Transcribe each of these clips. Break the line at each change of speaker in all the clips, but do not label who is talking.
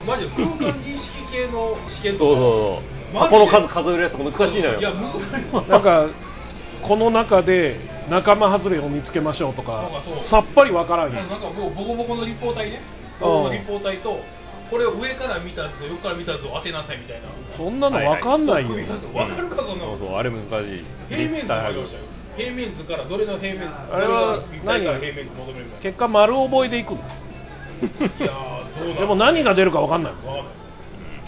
マジで空間認識系の試験
そう
とかマ
そうそう
ジ
この
で
数数えるやつとか難しいのよ
いや難しい
なんかこの中で仲間外れを見つけましょうとか
そうかそう
さっぱりわからん
なん
よ
かもうボコボコの立方体ね
ああ
ボコボコの立方体とこれを上から見たやつと横から見たやつを当てなさいみたいな
そんなのわかんないよ、
はいはいわかるかそんな
そ
の
うそうあれ難しい
平面図がありましたよ
立
平面図からどれの平面図
あれは
どれが立体から平面図求めるか
結果丸覚えでいくの
いやーどうなの
でも何が出るかわかんない
わかんない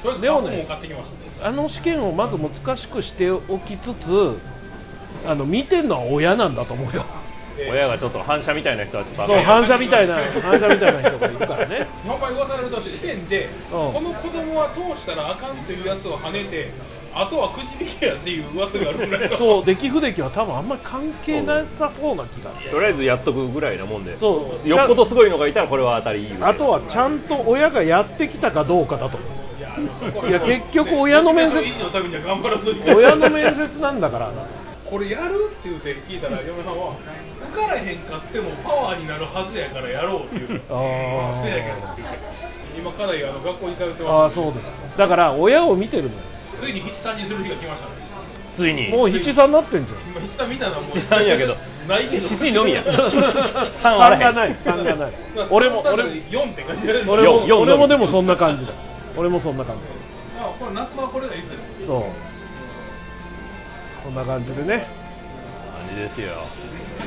それ
で
で
も
も
ね
ね買ってきました
あの試験をまず難しくしておきつつあの見てるのは親なんだと思うよ
体親がちょっと反射みたいな人はちょっと
そ
あ
う
かんよ
反射みたいな反射みたいな人がいるからね
やっぱり噂されると試験で、
うん
この子供は通したらあかんというやつを跳ねてあとはくじ引きやっていう噂があるぐらいの
そう出来不出来は多分あんまり関係なさそうな気がする
とりあえずやっとくぐらいなもんで
そう
よっぽどすごいのがいたらこれは当たりいいよね
あとはちゃんと親がやってきたかどうかだと思う
いやでもそこはい
や結局親の面接
維持のためには頑張らずに
親の面接なんだから
これやるって言うて聞いたら嫁さんは受からへんかってもパワーになるはずやからやろうっていう
あー
そうやけどって言って今かなりあの学校に通って
あ
ま
あ
す
そうですだから親を見てるのよ
ついに七三にする日が来ましたね
ついに
もう七三になってんじゃん
今七三見たらもう
七三やけど
ないけど
七のみ や
三
三
が
は
ない三がない俺も俺も
4って感じだね
俺
よんよんの
も
み
俺もでもそんな感じだ俺もそんな感じ
あこれ夏場はこれがいいっすよね
そうそんな感じでね
感じですよ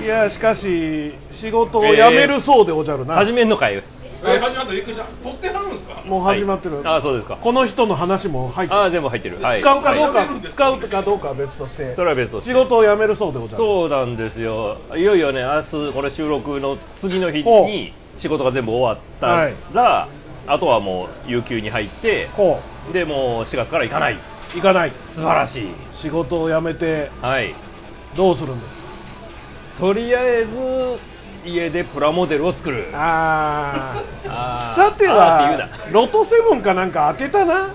いやしかし仕事を辞めるそうでおじゃるな、
始めんのかい
え始まったびっくりした撮ってはるんですか
もう始まってる、
はいあーそうですか
この人の話も入ってる
ああ全部入ってる、はい、
使うかどうか、
はいはい
使うかどうかは別として
それは別として
仕事を辞めるそうでおじゃる
そうなんですよ、いよいよね、明日これ収録の次の日
ほう
に仕事が全部終わった
はい
ら、あとはもう、有給に入って、
こ
でもう4月から行かない、
う行かない
素晴らしい、
仕事を辞めて
はい、
どうするんです
とりあえず家でプラモデルを作る、
ああ
あー
さて
あーって
は
言うな
ロトセブンかなんか当てたな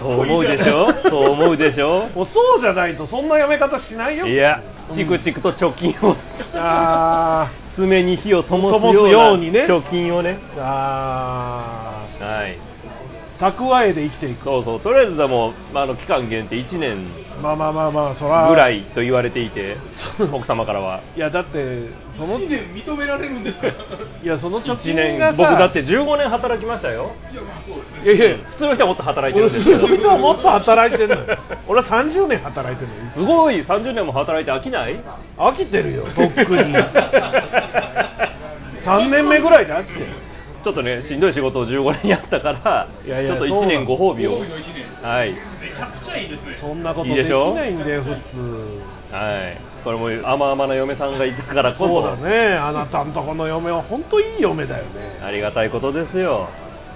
そう思うでしょ、そう思うでしょ、
もうそうじゃないとそんな辞め方しないよ
いや、チクチクと貯金を、
あ
爪に火を灯
灯
すよ
す
う
ように
に
ね
ね、貯金をね、
ーあ
はい、
ー蓄えで生きていく
そうそう、とりあえずでも、まあ、あの期間限定1年
まあまあまあまあそら
ぐらいと言われていて、奥様からは。
いやだってその
1
い
年認められるんですかい
やその貯
1
金が
年
さ
僕だって15年働きましたよ
やまあそうですね
いやいや
普通の人はもっと働いて
俺
るんですけど
はもっと働いてるのよ 俺は30年働いてるのよ
すごい30年も働いて飽きない
飽きてるよとっくに3
3
年目ぐらいで飽きてる
ちょっとねしんどい仕事を15年やったから
いやいや
ちょっと1年ご褒美を
ご褒美の一年
はい
めちゃくちゃいいですね
そんなこと
いい
で
でし
き
ょ
ないんだよ普通
はいこれも甘々な嫁さんがいたからこ
そう
そ
だねあなたんとこの嫁は本当いい嫁だよね
ありがたいことですよ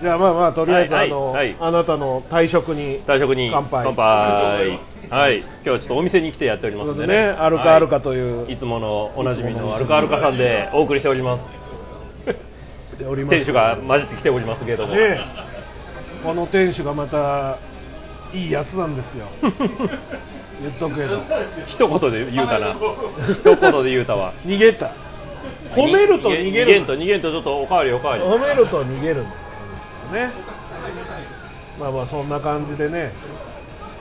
じゃあまあまあとりあえず
は
あ
いはい
の
はい
あなたの退職に
退職に
乾杯
杯はい今日はちょっとお店に来てやっており
と
ま
いう
す
こ
ん
と
で
で
ね
ねアルカアルカという
はいいつものおなじみのアルカアルカさんでお送りしております
でおります
店主が混じってきておりますけれども、
ねこの店主がまたいいやつなんですよ言っとくけど
一言で言うたな 一言で言うたわ
逃げた褒めると逃げ
逃げん
る
と逃げんとちょっとおかわりおかわり
褒めると逃げるんだよあの人はねまあまあそんな感じでね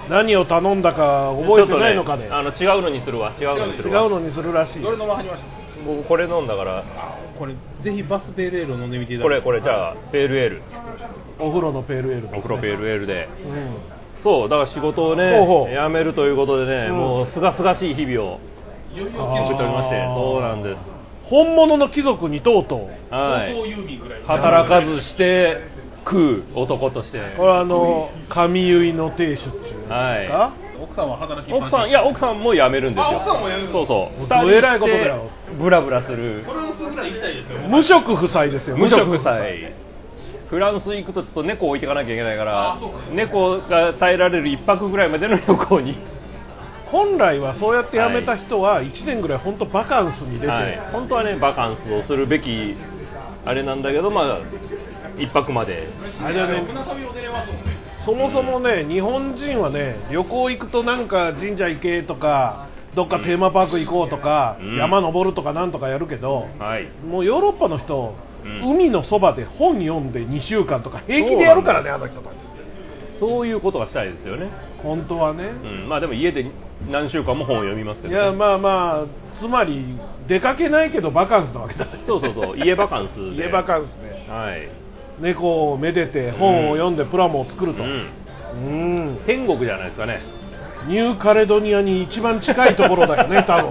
何を頼んだか覚えてないのかで、
ちょっとねあの違うのにするわ違うのにす
違う
るわ
のにするらしい
どれ飲まはりました
僕これ飲んだから
これぜひバスベレールを飲んでみて
これこれじゃあペールエール
お風呂のペールエールです、ね、
お風呂ペールエールで
うん
そうだから仕事をね
ほうほう
辞めるということでね、
うん
もうすがすがしい日々を
いよいよ
あー
送っておりましてそうなんです
本物の貴族にとうとう
は
放送
い
郵便ぐらい
働かずして食う男として
これはあの神結いの亭主っていうんですか、
は
奥さんは働きっぱな
奥
し
さんいや奥さんも辞めるんですよ
あ奥さんも辞める
そうそう
もう
二人して
どえらいことだよ
ブラブラする
フランスぐらい行きたいですよ
無職夫妻ですよ
無職夫
妻
妻フランス行くとちょっと猫置いていかなきゃいけないから
あそうか
猫が耐えられる一泊ぐらいまでの旅行に
本来はそうやって辞めた人は1年ぐらい本当バカンスに出て、
はい、本当はねバカンスをするべきあれなんだけどまあ一泊まで
あ
あ
れ
れ
だ
だ
ね
ね船旅を出れますもんね
そもそもね日本人はね旅行行くとなんか神社行けとかどっかテーマパーク行こうとか、
うん
山登るとかなんとかやるけど、
はい
もうヨーロッパの人
うん
海のそばで本読んで2週間とか平気でやるからねあの人たち
そういうことがしたいですよね、
本当はね、
うん、まあでも家で何週間も本を読みますけ
い
どね、
やまあまあつまり出かけないけどバカンスなわけだね
そうそうそう家バカンスで
家バカンスね
はい、
猫をめでて本を読んでプラモを作
う
ると、
ん、
うん
天国じゃないですかね
ニューカレドニアに一番近いところだ よね多分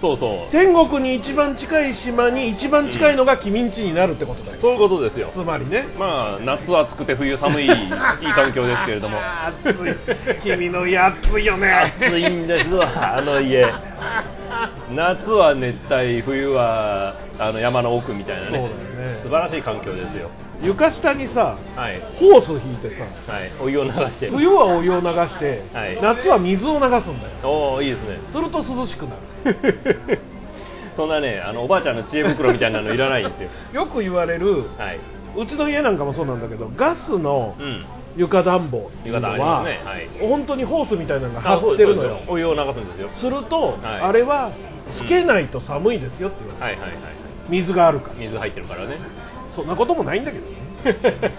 そうそう
天国に一番近い島に一番近いのが君んちになるってことだよ、
そういうことですよ
つまりね
まあ夏暑くて冬 寒いいい環境ですけれども
あー暑い君の家暑いよね
暑いんですわあの家夏は熱帯冬はあの山の奥みたいなね
そうだよね
素晴らしい環境ですよ
床下にさ
はい
ホース引いてさ
はいお湯を流してる
冬はお湯を流して、
はい
夏は水を流すんだよ
おおいいですね
すると涼しくな る
そんなねあのおばあちゃんの知恵袋みたいなのいらないんですよ
よく言われる
はいう
ちの家なんかもそうなんだけどガスの
うん
床暖房っていうの
床暖あ
は、
りますねはい
本当にホースみたいなのが
あそ
張
う
って
です
るのよ
そうですお湯を流すんですよ
すると、
はい
あれはつけないと寒いですよって言われる、
はいはいはい
水があるから
水入ってるからね
そんなこともないんだけどね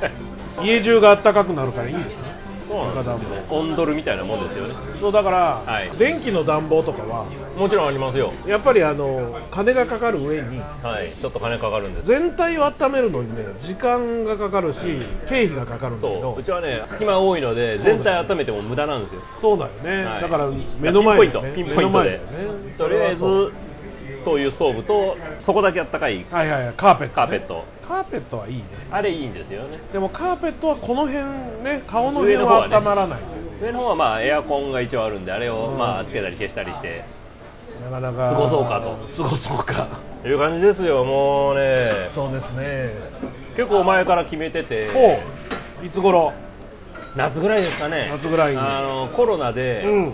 家中が暖かくなるからいいですね
そうなんですよオンドルみたいなもんですよね
そうだから、
はい
電気の暖房とかは
もちろんありますよ
やっぱりあの金がかかる上に
はいちょっと金かかるんです
全体を温めるのにね時間がかかるし経費がかかるんだけ
そ
ど
ううちはね今多いので全体温めても無駄なんですよ
そうだよね、
はい
だから目の前だよね
ピンポイントピンポ
目の
イント
前だよ
で
ね
とりあえずそういうストーブとそこだけあったかい
はいはいはいカーペット、
カ
ね、
ーペット
カーペットはいいね
あれいいんですよね
でもカーペットはこの辺ね顔の辺は温まらない、
上の方はまあエアコンが一応あるんであれを
うん
まあつけたり消したりして
なかなか
過ごそうかと
過ごそうか
いう感じですよもうね
そうですね
結構前から決めてて
ほういつ頃
夏ぐらいですかね
夏ぐらいに
あのコロナ
う
で、
ん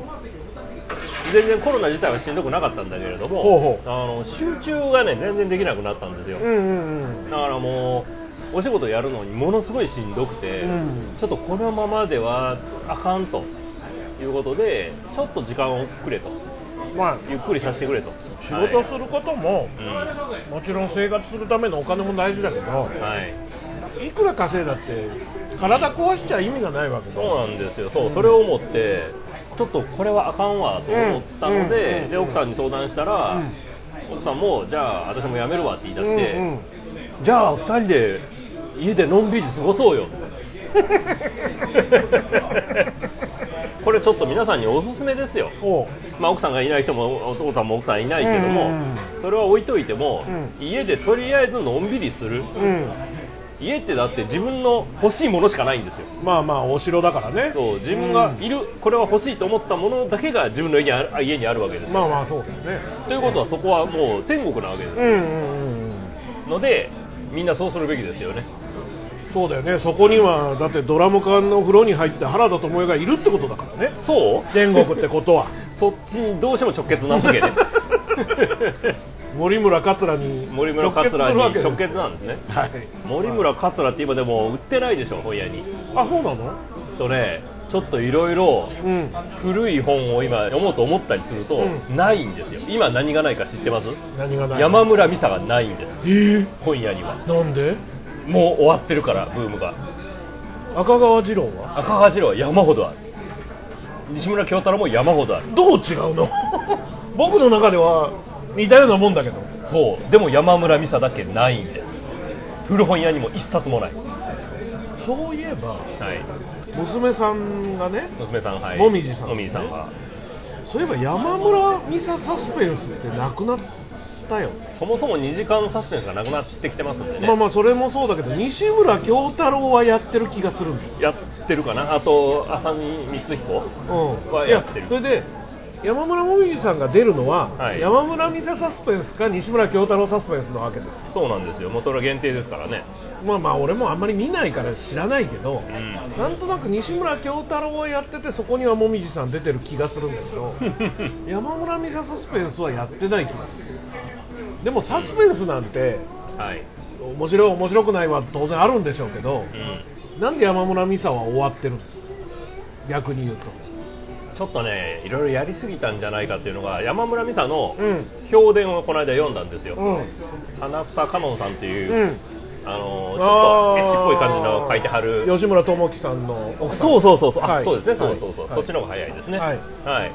全然コロナ自体はしんどくなかったんだけれども
ほうほう
あの集中がね全然できなくなったんですよ、
うんうんうん
だからもうお仕事やるのにものすごいしんどくて、
うん
ちょっとこのままではあかんということでちょっと時間をくれと
まあ
ゆっくりさせてくれと
仕事を
はい
することも、もちろん生活するためのお金も大事だけど、
うんはい
い、くら稼いだって体壊しちゃ意味がないわけだ
そうなんですよそううそれを思ってちょっとこれはあかんわと思ったので,、
うん
で奥さんに相談したら、
うん
奥さんもじゃあ私も辞めるわって言い出して、
うんうん
じゃあ2人で家でのんびり過ご そうよこれちょっと皆さんにおすすめですよ、
お う
まあ、奥さんがいない人もおお父さんも奥さんいないけども、
うん
それは置いといても、
う
家でとりあえずのんびりする、
うん
家ってだって自分の欲しいものしかないんですよ
まあまあお城だからね
そう自分がいる、これは欲しいと思ったものだけが自分の家にあるあ家にあるわけですよ、
まあまあそうだよね
ということはそこはもう天国なわけです
うん
よ、
うんうん
のでみんなそうするべきですよね
そうだよねそこにはだってドラム缶の風呂に入って原田知世がいるってことだからね
そう
天国ってことは
そっちにどうしても直結なわけで
森村桂に
森村桂に
直結する
直
わけ
結なんですね
はい
森村桂って今でも売ってないでしょ本屋に
あそうなの
とねちょっといろいろ
うん
古い本を今読もうと思ったりすると、
うん
ないんですよ今何がないか知ってます
何がない
山村美沙がないんで
えー、
す本屋には
なんで
もう終わってるからブームが
赤川次郎は
赤川次郎は山ほどある西村京太郎も山ほどある
どう違うの僕の中では似たようなもんだけど
そうでも山村美沙だけないんです古本屋にも一冊もない
そういえば
はい
娘さんがね
娘さんはい
もみじさん
もみじさんが
そういえば山村美沙サスペンスってなくなったよね
そもそも2時間サスペンスがなくなってきてますんでね、
まあまあそれもそうだけど西村京太郎はやってる気がするんですよ
やってるかなあと浅見光彦
う
は
ん、
やってる
いそれで山村もみじさんが出るのは、
はい
山村美沙サスペンスか西村京太郎サスペンスなわけですよ
そうなんですよもうそれは限定ですからね
まあまあ俺もあんまり見ないから知らないけど、
ん
なんとなく西村京太郎はやっててそこにはもみじさん出てる気がするんだけ ど山村美沙サスペンスはやってない気がするでもサスペンスなんて
はい、
面白い面白くないは当然あるんでしょうけど
う、ん、
なんで山村美沙は終わってるんですか逆に言うと
ちょっとねいろいろやりすぎたんじゃないかっていうのが山村美沙の
うん
評伝をこの間読んだんですよ、
うん
花房香音さんっていうう、
ん
あのち
あ
ょっと
ー
エッチっぽい感じの書いてはる
吉村智樹さんの奥さん
そうそうそうそう、あ
はい
そうですね、
はい
そうそうそう、
はい
そっちの方が早いですね。
はい
はい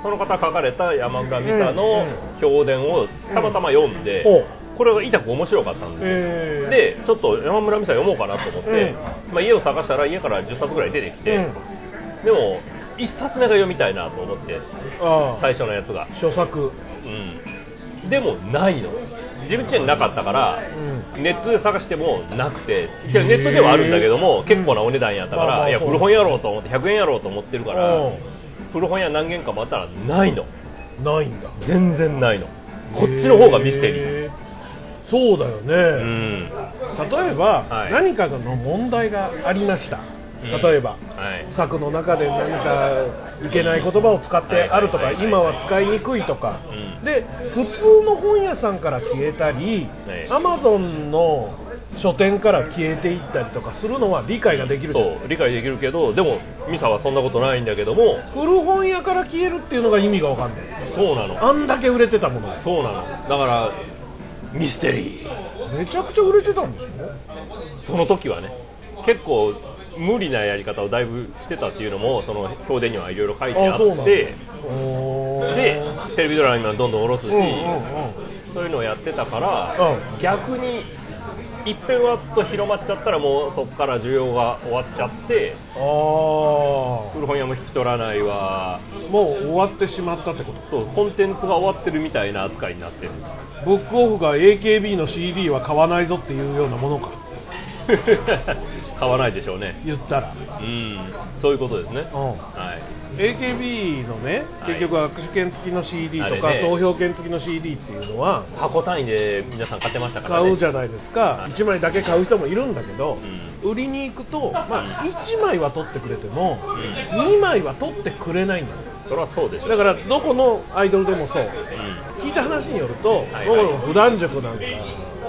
その方書かれた山上さん
うん
の評伝をたまたま読んで、
うん
これが痛く面白かったんですよ、
え
で
ー
ちょっと山村美沙読もうかなと思って、
う
まあ、家を探したら家から10冊ぐらい出てきて、
うん
でも1冊目が読みたいなと思って
ああ
最初のやつが、
初作
うん、でもないの自分家になかったから、
う
ネットで探してもなくていやネットではあるんだけども
へー
結構なお値段やったか
まあま
ら、
あ
いや
そう
古本やろうと思って100円やろうと思ってるから
うん
古本屋何軒かもあったらないの
ないんだ
全然ないのこっちの方がミステリー、
へーそうだよ
う
ね、
ん、
例えば、
はい
何かの問題がありました
うん
例えば、
はい
作の中で何かいけない言葉を使ってあると
は
か
いはいはい
今は使いにくいとか、
うん
で普通の本屋さんから消えたり
ええ
アマゾンの書店から消えていったりとかするのは理解ができるじゃん
そう理解できるけどでもミサはそんなことないんだけども
古本屋から消えるっていうのが意味がわかんない
そうなの
あんだけ売れてたものが
そうなのだからミステリー
めちゃくちゃ売れてたんでしょ
その時はね結構無理なやり方をだいぶしてたっていうのもその表伝にはいろいろ書いてあっ
そうなんだ
て
おー
でテレビドラマにもどんどん下ろすし、
うんうん
そういうのをやってたから、
うん
逆にいっぺんわっと広まっちゃったらもうそこから需要が終わっちゃって
あ
古本屋も引き取らないわ
あもう終わってしまったってこと
そうコンテンツが終わってるみたいな扱いになってる
ブックオフが AKB の CD は買わないぞっていうようなものか
買わないでしょうね
言ったら
うんそういうことですね、
うん
はい
AKB のね
はい
結局握手券付きの CD とか
あれね
投票券付きの CD っていうのは
箱単位で皆さん買ってましたからね
買うじゃないですか
はい
1枚だけ買う人もいるんだけど
う
売りに行くとまあ
うん
1枚は取ってくれても
ん
2枚は取ってくれないんだよ
それはそうでしょ
だからどこのアイドルでもそう
うん
聞いた話によると、
はいはい
どうも普段塾なんか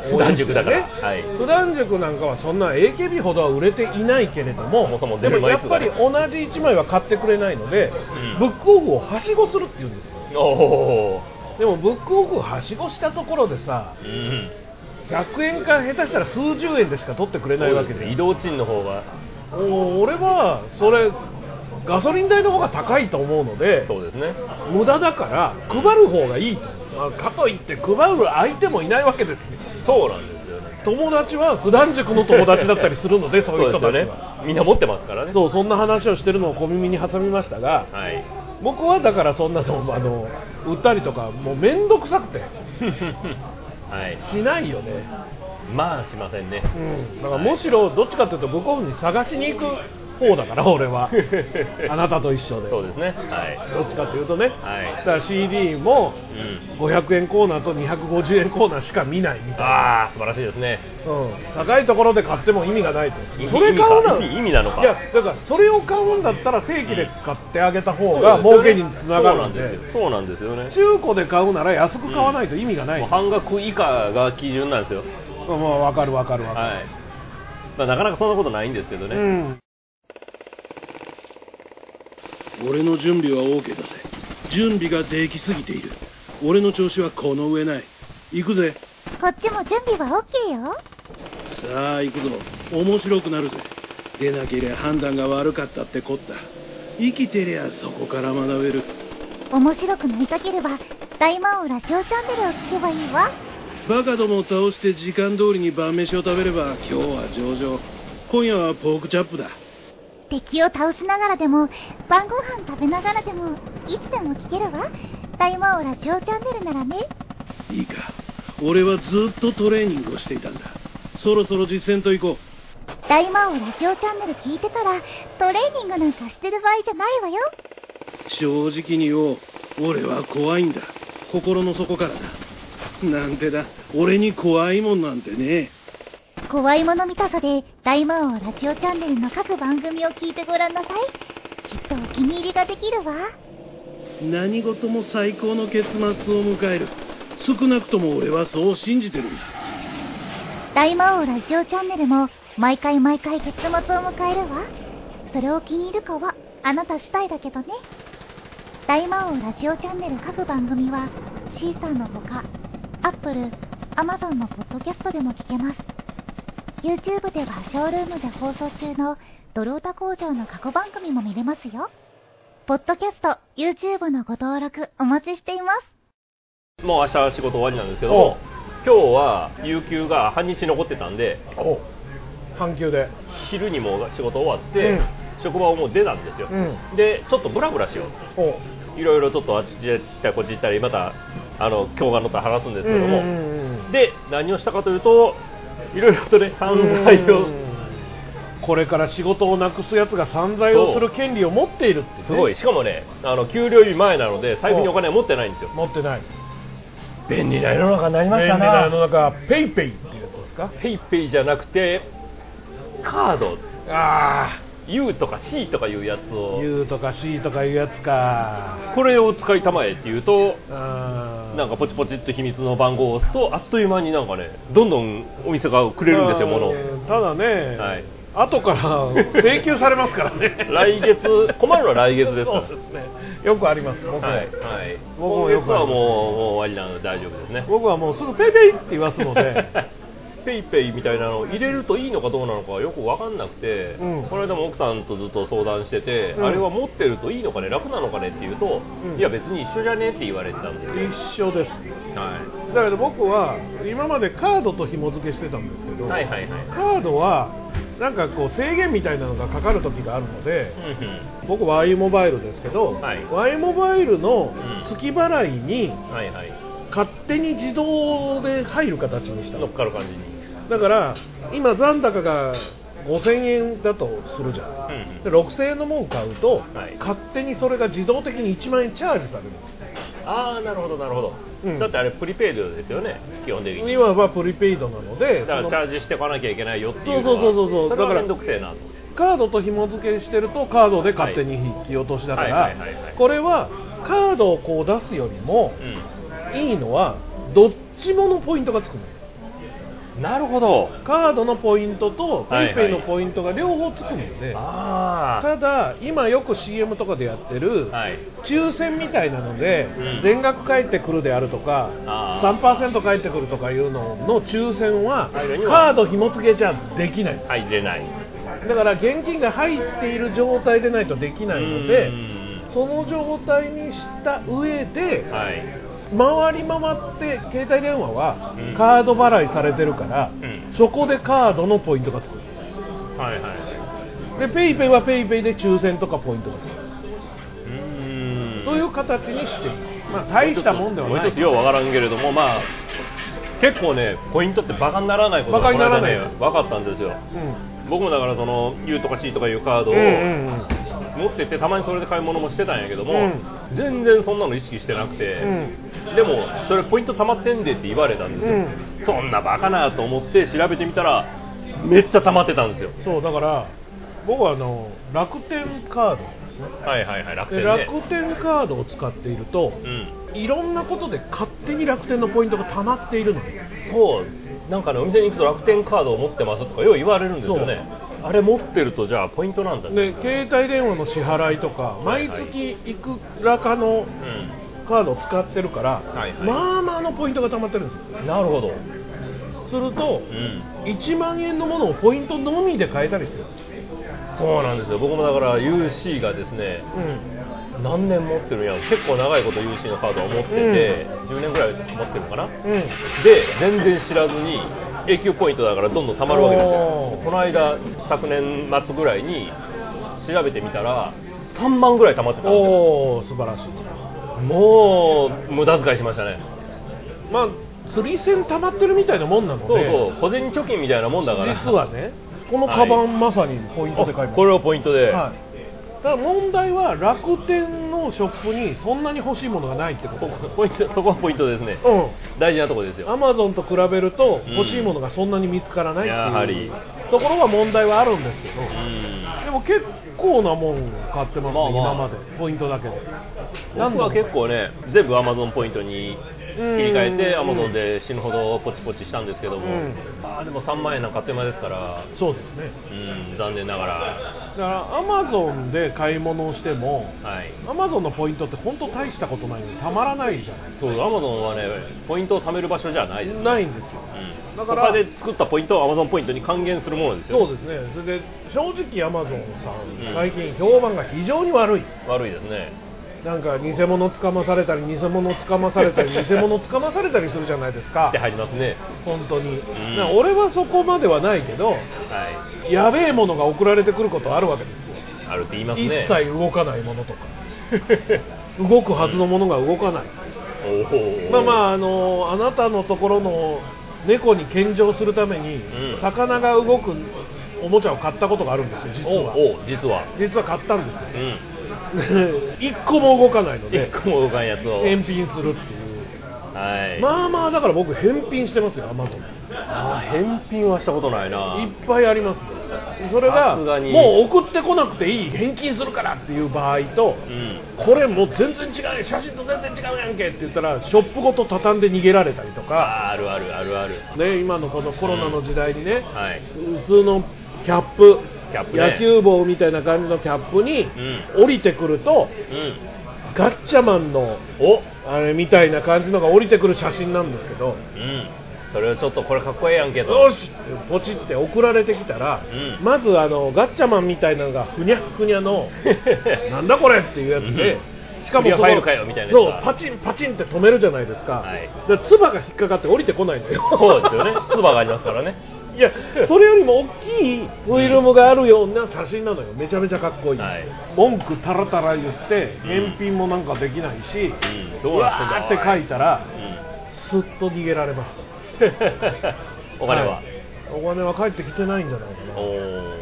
普段塾だから
応援してね
はい
普段塾なんかはそんな AKB ほどは売れていないけれども
そもそも
で
出
も
る枚
やっ
数
ぱ
が
り同じ1枚は買ってくれないので、
ん
ブックオフをはしごするって言うんですよ
おお、
でもブックオフをはしごしたところでさ
うん、
100円か下手したら数十円でしか取ってくれないわけで
移動賃の方が
お俺はそれガソリン代の方が高いと思うので
そうですね
無駄だから配る方がいいとまあかといって配る相手もいないわけですよ
そうなんですよね
友達は普段塾の友達だったりするの でそういう人たち
そです
は
よねみんな持ってますからね
そうそんな話をしてるのを小耳に挟みましたが
はい
僕はだからそんなのあの売ったりとかもう面倒くさくて
はい
しないよね、
まあしませんね、
うん、だからむしろどっちかというとブックオフに探しに行く方だから 俺はあなたと一緒で
そうですねはい、
どっちかというとね、
はい
だから CD も
うん、
500円コーナーと250円コーナーしか見ないみたいな
ああ素晴らしいですね
うん、高いところで買っても意味がないと
意味
それ買うな
意味意味なのか
いやだからそれを買うんだったら正規で買ってあげた方
そ
が
う
儲けにつながるんで
ですよそうなんですよそうなんですよね
中古で買うなら安く買わないと意味がない、
もう
まあ
半額以下が基準なんですよ
分かる分かる分かる、
はい、まあ、なかなかそんなことないんですけどね、
うん
俺の準備は OK だぜ準備ができすぎている俺の調子はこの上ない行くぜ
こっちも準備は OK よ。
さあ行くぞ面白くなるぜ出なけりゃ判断が悪かったってこった生きてりゃそこから学べる
面白くなりたければ、大魔王ラジオチャンネルを聞けばいいわ。
バカどもを倒して時間通りに晩飯を食べれば今日は上々今夜はポークチャップだ
敵を倒しながらでも、晩ご飯食べながらでも、いつでも聞けるわ。大魔王ラジオチャンネルならね。
いいか俺はずっとトレーニングをしていたんだそろそろ実践と行こう
大魔王ラジオチャンネル聞いてたら、トレーニングなんかしてる場合じゃないわよ。
正直に言おう俺は怖いんだ心の底からだなんてだ俺に怖いもんなんてね
怖いもの見たさで、大魔王ラジオチャンネルの各番組を聞いてごらんなさい。きっとお気に入りができるわ。
何事も最高の結末を迎える少なくとも俺はそう信じてるんだ
大魔王ラジオチャンネルも毎回毎回月末を迎えるわそれを気に入るかはあなた次第だけどね大魔王ラジオチャンネル各番組はシーサーのほか Apple、Amazon のポッドキャストでも聞けます YouTube ではショールームで放送中のドルオタ工場の過去番組も見れますよ。ポッドキャスト、YouTube のご登録お待ちしています。
もう明日仕事終わりなんですけど
おう
も今日は有給が半日残ってたんで
お半休で
昼にもう仕事終わって、
うん
職場をもう出たんですよ、
う
でちょっとブラブラしよ
お
ういろいろちょっとあっち行ったりこっち行ったりまたあの今日がのと話すんですけども、
うんうんうん
で何をしたかというといろいろとね犯罪を
これから仕事をなくすやつが散財をする権利を持っているってね、
すごいしかもねあの給料日前なので財布にお金は持ってないんですよ
持ってない
便利な世の中にな
便利な世の中ペイペイっていうやつですか
ペイペイじゃなくてカード
あ
U とか C とかいうやつ
あ
を
U とか C とかいうやつか
これを使いたまえっていうと
あー
なんかポチポチっと秘密の番号を押すとあっという間になんかねどんどんお店がくれるんですよ
まあ
物を
ただね、
はい
後から請求されますからね
来 月困るのは来月ですから
そうですねよくあります僕,、
はい、はい、
僕もよ
今月
くあ
は
る
もうもう終わりなので大丈夫ですね
僕はもうすぐペイペイって言わすので
ペイペイみたいなのを入れるといいのかどうなのかよく分かんなくて、
うん
この間も奥さんとずっと相談してて、
うん
あれは持ってるといいのかね楽なのかねって言うと、
うん
いや別に一緒じゃねって言われてたんですよ、
一緒です
は
だけど僕は今までカードと紐付けしてたんですけ
い、
ど、
はいはいはい
カードはなんかこう制限みたいなのがかかる時があるので、僕 Y モバイルですけど、
はい
Y モバイルの
うん
月払い
う
に
んはいはい
勝手に自動で入る形にした
乗
の
っかる感じに、
だから今残高が5000円だとするじゃん
うん
で6000円のもん買うと、
はい
勝手にそれが自動的に1万円チャージされるんです
ああなるほどなるほど、
うん
だってあれプリペイドですよね基本的に
いわばプリペイドなので
だか
その
らチャージしていかなきゃいけないよっていうのは
そうそうそうそうそう
れは
だから
面倒くせえなと
カードと紐付けしてるとカードで勝手に引き落としだか
は
ら
いはいはいはい
これはカードをこう出すよりも
う
いいのはどっちものポイントがつくのよ
んなるほど
カードのポイントと
はいは
PayPay
い
のポイントが両方つくので
あ
ただ今よく CM とかでやってる
はい
抽選みたいなので
うん
全額返ってくるであるとか
あー
3%返ってくるとかいうのの抽選は
はい何が
カード紐付けじゃできない
入れない
だから現金が入っている状態でないとできないので
うん
その状態にした上で
はい、
回り回って携帯電話は
うん
カード払いされてるから
うん
そこでカードのポイントがつくんです
はいはいは
で PayPay は PayPay で抽選とかポイントがつく
いうん
という形にしていますまあ大したもんではな
もう一つよ
いう
わからんけれどもまあ結構ねポイントってバカにならないことが
バカにならない
この間ね分かったんですよ
うん
僕もだからその U とか C とかいうカードを、
うんうん
持ってってたまにそれで買い物もしてたんやけども、
う
全然そんなの意識してなくて、でもそれポイント溜まってんでって言われたんですよ、
う
そんなバカなと思って調べてみたらめっちゃ溜まってたんですよ
うんそうだから僕はあの楽天カードですね
はいはいはい楽
で
天ね
楽天カードを使っていると
うん
いろんなことで勝手に楽天のポイントが溜まっているのよ
そうなんかねお店に行くと楽天カードを持ってますとかよう言われるんですよねあれ持ってるとじゃあポイントなんだね
で携帯電話の支払いとか
はい
毎月いくらかの
う
カードを使ってるから、
はいはい
まあまあのポイントが溜まってるんですよ
んなるほど
すると
うん
1万円のものをポイントのみで買えたりする、
そうなんですよ僕もだから UC がですね
うん、
何年持ってるんやろ結構長いこと UC のカードは持ってて、10年ぐらい持ってるのかな
うん、
で全然知らずに永久ポイントだからどんどん貯まるわけです
お
よ
ー
この間昨年末ぐらいに調べてみたら3万ぐらい貯まってたんですよ
おお素晴らしい
もう無駄遣いしましたね
まあ釣り銭溜まってるみたいなもんなので
そうそう小銭貯金みたいなもんだから
実はねこのカバン、まさにポイントで買いま
あ
す
これをポイントで、
はい、ただ問題は楽天のショップにそんなに欲しいものがないってこと
こポイントそこはポイントですね
うん
大事なとこですよ
アマゾンと比べると
うん
欲しいものがそんなに見つからないっていう
やはり
ところは問題はあるんですけど、
うん
でも結構なもん買ってますね、
まあまあ
今までポイントだけで
僕は結構ね全部 Amazon ポイントに切り替えて
うん
Amazon で死ぬほどポチポチしたんですけども、
うん
まあでも3万円なんかあっという間ですから
そうですね
うん残念ながら
からアマゾンで買い物をしても
はい
アマゾンのポイントって本当大したことないのにたまらないじゃない
そうアマゾンはねポイントを貯める場所じゃないですね
ないんですよ
うん、
だ
だか
か
らら他で作ったポイントをアマゾンポイントに還元するものですよ
そうですねそれで正直アマゾンさ
うんん
最近評判が非常に悪い
悪いですね
なんか偽物捕まされたり偽物捕まされたり偽物捕まされたりするじゃないですか
って入りますね
本当に、
ん
な俺はそこまではないけど
は
やべえものが送られてくることあるわけですよ
いあるって言いますね
一切動かないものとか 動くはずのものが動かない、
おお
まあまああのあなたのところの猫に献上するために、
うん
魚が動くおもちゃを買ったことがあるんですよ実
お
は
お実は
実は買ったんで
う
すよ
ん
一個も動かないので
一個も動かんやつを
返品するっていう
はい
まあまあだから僕返品してますよアマゾン
あー返品はしたことないない
っぱいありますねそれが
さすがに
もう送ってこなくていい返金するからっていう場合と、
うん
これもう全然違うやん写真と全然違うやんけって言ったらショップごと畳んで逃げられたりとか、
あーあるあるあるある
ね、今のこのコロナの時代にね、
はい
普通のキャップ
キャップね
野球帽みたいな感じのキャップに
う
降りてくると
うん
ガッチャマンの
お
あれみたいな感じのが降りてくる写真なんですけど。
うんそれをちょっとこれかっこええやんけと
よしポチって送られてきたら、
うん
まずあのガッチャマンみたいなのがふにゃっふに ゃのなんだこれっていうやつで、
うん
しかも
クリア
そ
フ
の
ァイルかよみたいなやつ
そう
が
パチンパチンって止めるじゃないですか、
はい
だから唾が引っかかって降りてこないのよ
そうですよね唾がありますからね
いやそれよりも大きいフィルムがあるような写真なのよめちゃめちゃかっこいい、
はい
文句たらたら言って
うん
返品もなんかできないし、
うん
う
どうな
わー
っ
ってて
んだ
書いたら
うん
すっと逃げられ ました
お金は、
いお金は返ってきてないんじゃないかな
おお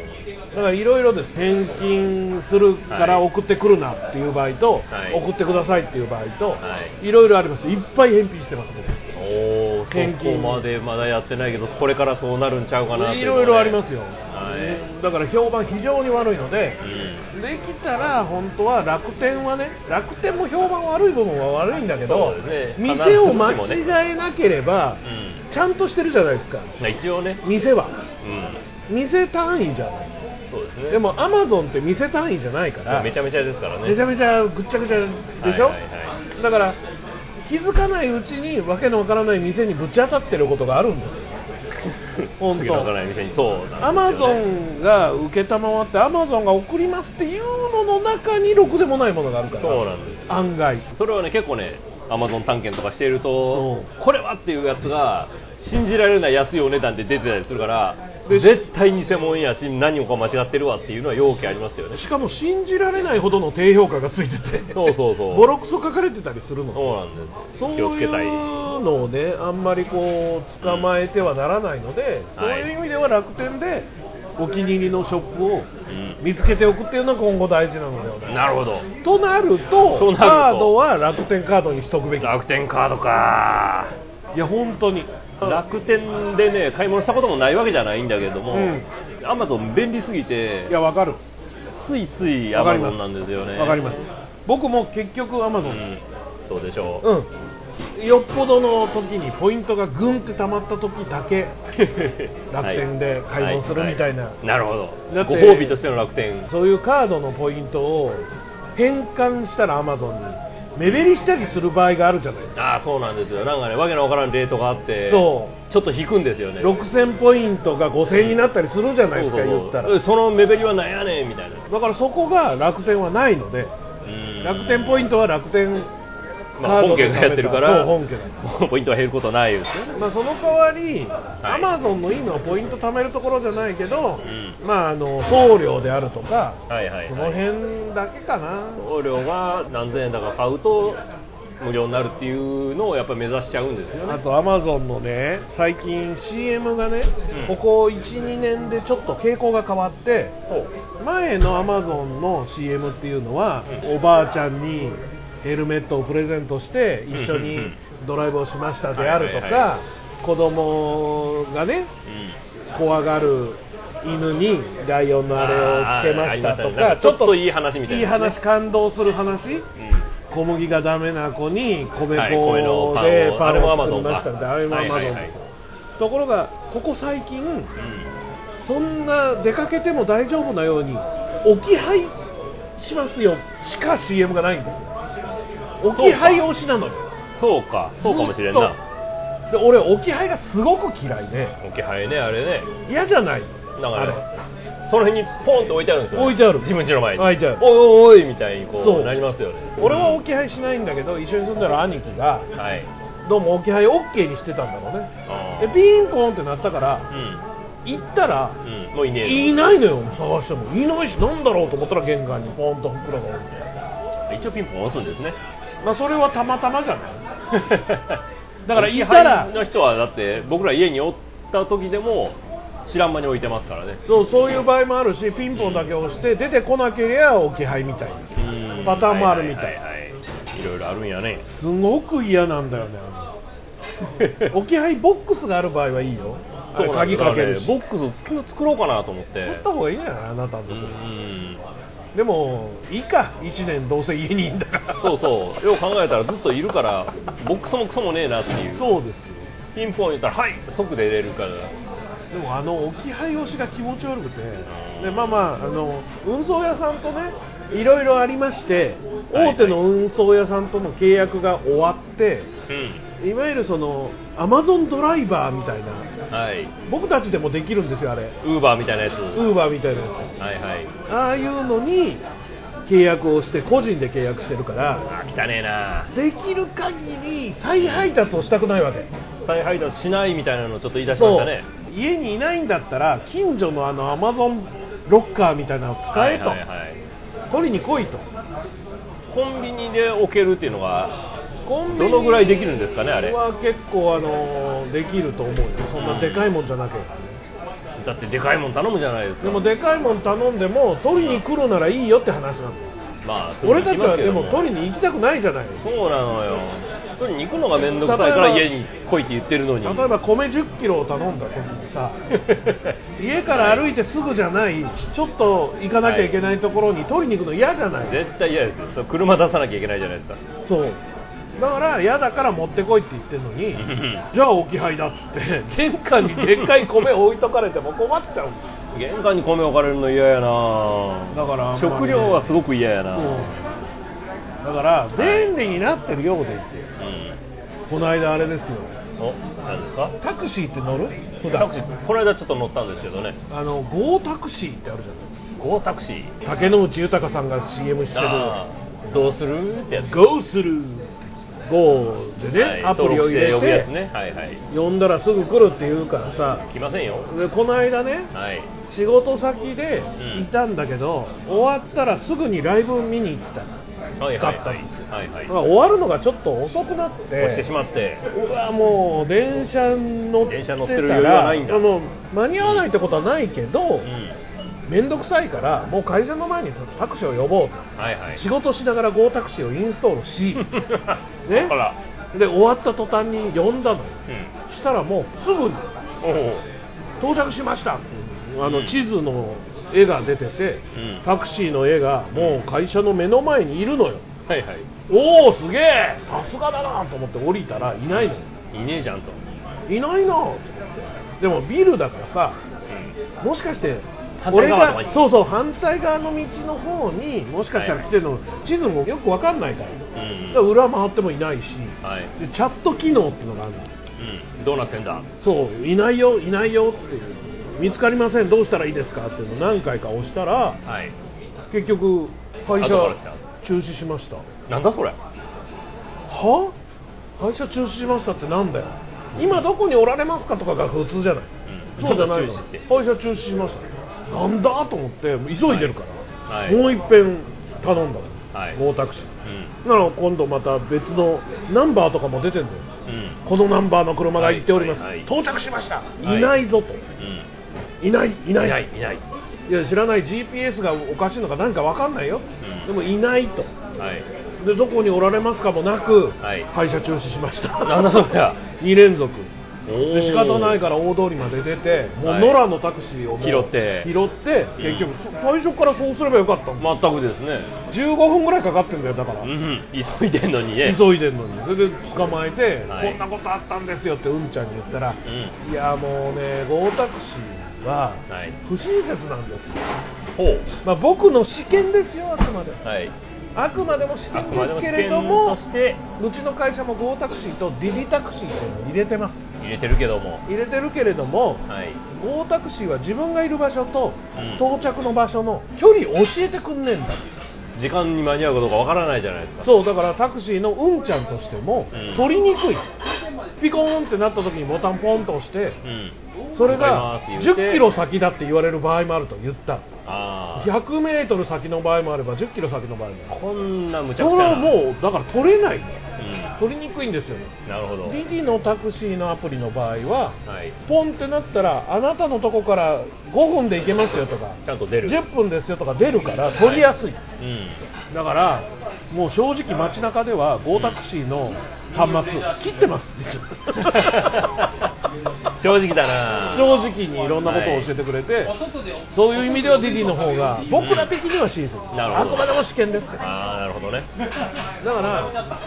だからいろいろです返金するから
はい
送ってくるなっていう場合と、
はい
送ってくださいっていう場合と、、
はい
ろいろありますいっぱい返品してますね
おおそ
献
こ
金
までまだやってないけどこれからそうなるんちゃうかなって
いう
の
ろ
で
いろありますよ、
は
だから評判非常に悪いので
い、うん
できたら本当は楽天はね楽天も評判悪い部分は悪いんだけど、
そうですね
店を間
必ずしもね
違えなければ、
うん
ちゃんとしてるじゃないですか
まあ一応ね
店は
うん
店単位じゃないですか
そうですね
でもアマゾンって店単位じゃないから
めちゃめちゃですからね
めちゃめちゃぐっちゃぐちゃでしょ、
はいはいは
だから気づかないうちにわけのわからない店にぶち当たってることがある んですよ本当
次のからない店にそうな
ア
んです
マゾ
よね
ンが承ってアマゾンが送りますっていうのの中にろくでもないものがあるから
そうなんです
案外
それはね結構ねアマゾン探検とかしていると
そ
これはっていうやつが信じられない安いお値段で出てたりするから
で
絶対偽物やし何もか間違ってるわっていうのは容器ありますよね
しかも信じられないほどの低評価がついてて
そうそうそう
ボロクソ書かれてたりするの
そうなんです
そうい
気をつけたいう
のをね、あんまりこう捕まえてはならないので、そういう意味では楽天でお気に入りのショップを
ん
見つけておくっていうのが今後大事なのではないか
なるほど
となると
となると
カードは楽天カードにしとくべき
楽天カードか
いや本当に
楽天でね買い物したこともないわけじゃないんだけども、
うん
アマゾン便利すぎて
いやわかる
ついついア
わか
マ
り
ゾ
ま
ン
す
なんですよね
わかります僕も結局アマゾ
う
ンで
ん
す、
そうでしょう、
うん、よっぽどの時にポイントがグンって溜まった時だけ楽天で買い物するみたいな、
ははなるほど
だって
ご褒美としての楽天
そういうカードのポイントを変換したらアマゾンに目減りしたりする場合があるじゃないですか、
ああそうなんですよなんかねわけのわからんレートがあって
そう
ちょっと引くんですよね
6000ポイントが5000になったりするじゃないですか、言った
うん
ら
その目減りはなんやねんみたいな、
だからそこが楽天はないので
うん
楽天ポイントは楽天
まあ、本家がやってるから
そう本家だ
ポイントは減ることはないですよね
まあ、その代わり、ア
い
マゾンのいいのはポイント貯めるところじゃないけど、
う
まあ、あの送料であるとか、
はいはいはい
その辺だけかな、
送料が何千円だから買うと無料になるっていうのをやっぱり目指しちゃうんですよね
あとアマゾンのね最近 CM がね、
うん
ここ12年でちょっと傾向が変わって前のアマゾンの CM っていうのは、
うん
おばあちゃんにヘルメットをプレゼントして
うん
一緒
う
に
んうん
ドライブをしましたであるとか、
はいはいは
子供がね
うん
怖がる犬にライオンのあれをつけましたと
あーありましたねな
か
んかちょっといい話みたいなね
いい話感動する話
う
小麦がダメな子に米粉で
はい米のパンを
パ
あれ
ン
も
を
アマ
作
ゾ
り
ン
ま
か
したみたいなあれもアマゾン
はいはい
で
はい
すよところがここ最近
んうん
そんな出かけても大丈夫なように置き配しますよしか CM がないんですよ置き配推しなのよ
そうかそうかもしれん
ず
な
っとで俺置き配がすごく嫌いで
置き配ねあれね
嫌じゃない
だか
あれ
らその辺にポンと置いてあるんですよね、
置いてある
自分家の前に
置いてある
おいおいおいみたいにこ
そう
うなりますよね
俺は置
き
き配しないんだけど一緒に住んでる兄貴が
はい
どうも置き配 OK にしてたんだろうね
あ
で
ー
ピンコンってなったから
う
行ったら
ん、うん、もういねえ
いないのよ探してもいないしなんだろうと思ったら玄関にポンと袋が置いて
一応ピンポン押すんですね
まあそれはたまたまじゃない だ
だから
か
ら
行
い
っ
ったた
ら
らの人はだって僕ら家におった時でも知らん間に置いてますからね
そうそういう場合もあるしピンポンだけ押して出てこなければ置き配みたいな
うん
パターンもあるみたい
はいはいはいはいいろいろあるんやね
すごく嫌なんだよねあの置き配ボックスがある場合はいいよ あれ
なんで
鍵
す
かけるし
だらねボックスを作作ろうかなと思って
取った方がいいんじゃないあなたのと
う
こ
ん
でもいいか1年どうせ家にいんだから
そうそうよう考えたらずっといるからボックスもクソもねえなっていう
そうですよ
ピンポン言ったら「はい!」即出れるから
でもあの置き配押しが気持ち悪くてでまあまああの運送屋さんとねいろいろありまして
はい
大手の運送屋さんとの契約が終わって
うん
いわゆるそのアマゾンドライバーみたいな
はい
僕たちでもできるんですよあれ
ウーバーみたいなやつ
ウーバーみたいなや
はいはい
つああいうのに契約をして個人で契約してるから
あ汚ねえな
できる限り再配達をしたくないわけ
再配達しないみたいなのをちょっと言い出しましたね
そう家にいないんだったら近所のあのアマゾンロッカーみたいなのを使えと、
はいはいはい
取りに来いと
コンビニで置けるっていうのが
コンビニ
どのぐらいできるんですかねあれ
は結構あのーできると思うよそんなでかいもんじゃなければね
だってでかいもん頼むじゃないですか
でもでかいもん頼んでも取りに来るならいいよって話なんだよ
まあ
俺たちはでも
取
取りに行きたくないじゃない
そうなのよ取りに行くのが面倒くさいから
例え
家
ば
に来いって言ってるのに
例 えば米1 0キロを頼んだ時にさ家から歩いてすぐじゃないちょっと行かなきゃいけないところに取りに行くの嫌じゃない、
絶対嫌ですよそう車出さなきゃいけないじゃないですか
そうだから嫌だから持ってこいって言ってるのにじゃあ置き配だっつって玄関にでっかい米置いとかれても困っちゃうんです
玄関に米置かれるの嫌やな
だからあんまりね
食料はすごく嫌やな
よだから便利になってるようでいて
うん
この間あれですよ
お何ですか
タクシーって乗る普
タ
段
クシーこの間ちょっと乗ったんですけどね
あのゴータクシーってあるじゃないです
ゴータクシー
か竹野内豊さんが CM してる
あーどうするってやつ
ゴーするゴーでね、
はい
アプリを入れ
登録して呼ぶや
て、
つねはいはい
呼んだらすぐ来るって言うからさ
来ませんよ
でこの間ね
はい
仕事先で
うん
いたんだけど、終わったらすぐにライブ見に行ったの、
はい
だ
は
っ
い
た
は
んですよ
いはい
まあ終わるのがちょっと遅くなって
押してしまって
うわもう電車乗って
電車
たら
乗ってる余裕はないんだ
あの間に合わないってことはないけど
うん
面倒くさいからもう会社の前にタクシーを呼ぼうと
はいはい
仕事しながら GO タクシーをインストー ルしね
ほら
で終わった途端に呼んだのよ
うん
したらもうすぐに
おお
到着しましたっていうあ
う
の
ん
地図の絵が出てて、
うん
タクシーの絵がもう会社の目の前にいるのよ
はいはい
おおすげえさすがだなと思って降りたらいないのよ
いねえじゃんと
いないなと思ってでもビルだからさ
うん
もしかして
反
俺
対側とか
が
に
そうそう反対側の道の方にもしかしたら来てるの、地図もよくわかんないからだ
うん
から裏回ってもいないし
はい
でチャット機能っていうのがあるの
うんどうなってんだ
そういないよいないよっていう見つかりませんどうしたらいいですかっていうのを何回か押したら
はい
結局会社
後から来た
中止しました
なんだそれ
は会社中止しましたってなんだよ今どこにおられますかとかが普通じゃな
う
い、
ん
そうじゃないの
中止って
会社中止しましたなんだと思って急いでるから、
はいはい
もう一遍頼んだの、
はい
ゴータクシ
うん
ーなら今度また別のナンバーとかも出てんだよ
うん
このナンバーの車が行っております、
はいはいはい
到着しました、
い
い、ないぞと
う
いないいない
んいないいない
いや知らない GPS がおかしいのかなんかわかんないよ、
うん
でもいないと
はい
でどこにおられますかもなく、
はい
会社中止しました
なんだそり ゃ
2連続
お
で
ー
仕方ないから大通りまで出てもう
はい
野良のタクシーをもう
拾って
拾って結局、最初からそうすればよかったの、
全くですね
15分ぐらいかかってんだよだから、
うん急いでんのにね
急いでんのにそれで捕まえて、
はい
こんなことあったんですよってうんちゃんに言ったら、
うん
いやもうねゴータクシーは
はい
不親切なんですよ、
ほう
まあ、僕の試験ですよあくまで
はい
あくまでも試
あ
験
くまで
です
も試
け
験
れども
として
うちの会社も GO タクシーと DD タクシーっていうのを入れてます
入れてるけども
入れてるけれども
はい
GO タクシーは自分がいる場所と
うん
到着の場所の距離を教えてくんねえんだ
時間に間に合うかどうかわからないじゃないですか
そうだからタクシーのうんちゃんとしても
うん
取りにくいピコーンってなった時にボタンポンと押して
うん
そ
向
れが
かいます言うて
10キロ先だって言われる場合もあると言った
ああ
100メートル先の場合もあれば10キロ先の場合もある
こんな無
そ
茶
れ
苦茶な
はもうだから取れないの
うん
取りにくいんですよね
なるほど
DD のタクシーのアプリの場合は
はい
ポンってなったらあなたのとこから5分で行けますよとか
ちゃんと出る
10分ですよとか出るから取りやすい、
うん
だからもう正直街中では GO タクシーの端末を切って ます
正直だな
正直にいろんなことを教えてくれて、
お外で
そういう意味ではディディの方が僕ら的には親切、
なるほ
あ
ど
くまでも試験ですけど
ああなるほどね
だから、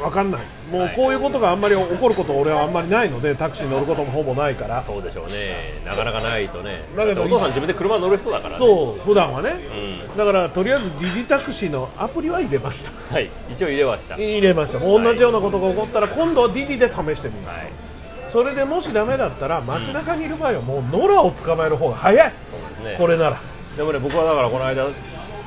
分かんない、もう
はい
こういうことがあんまり起こること、俺はあんまりないので、タクシーに乗ることもほぼないから、
そうでしょうねなかなかないとね
だけど
ってお父さん自分で車乗る人だからね
そう、普段はね、
うん
だからとりあえずディディタクシーのアプリは入れました、
はい一応入れました
入れました、もう同じようなことが起こったら、今度はディディで試してみる、
はい
それでもしダメだったら、街中にいる場合は、もうノラを捕まえる方が早い、
そうですね
これなら。
でもね僕はだからこの間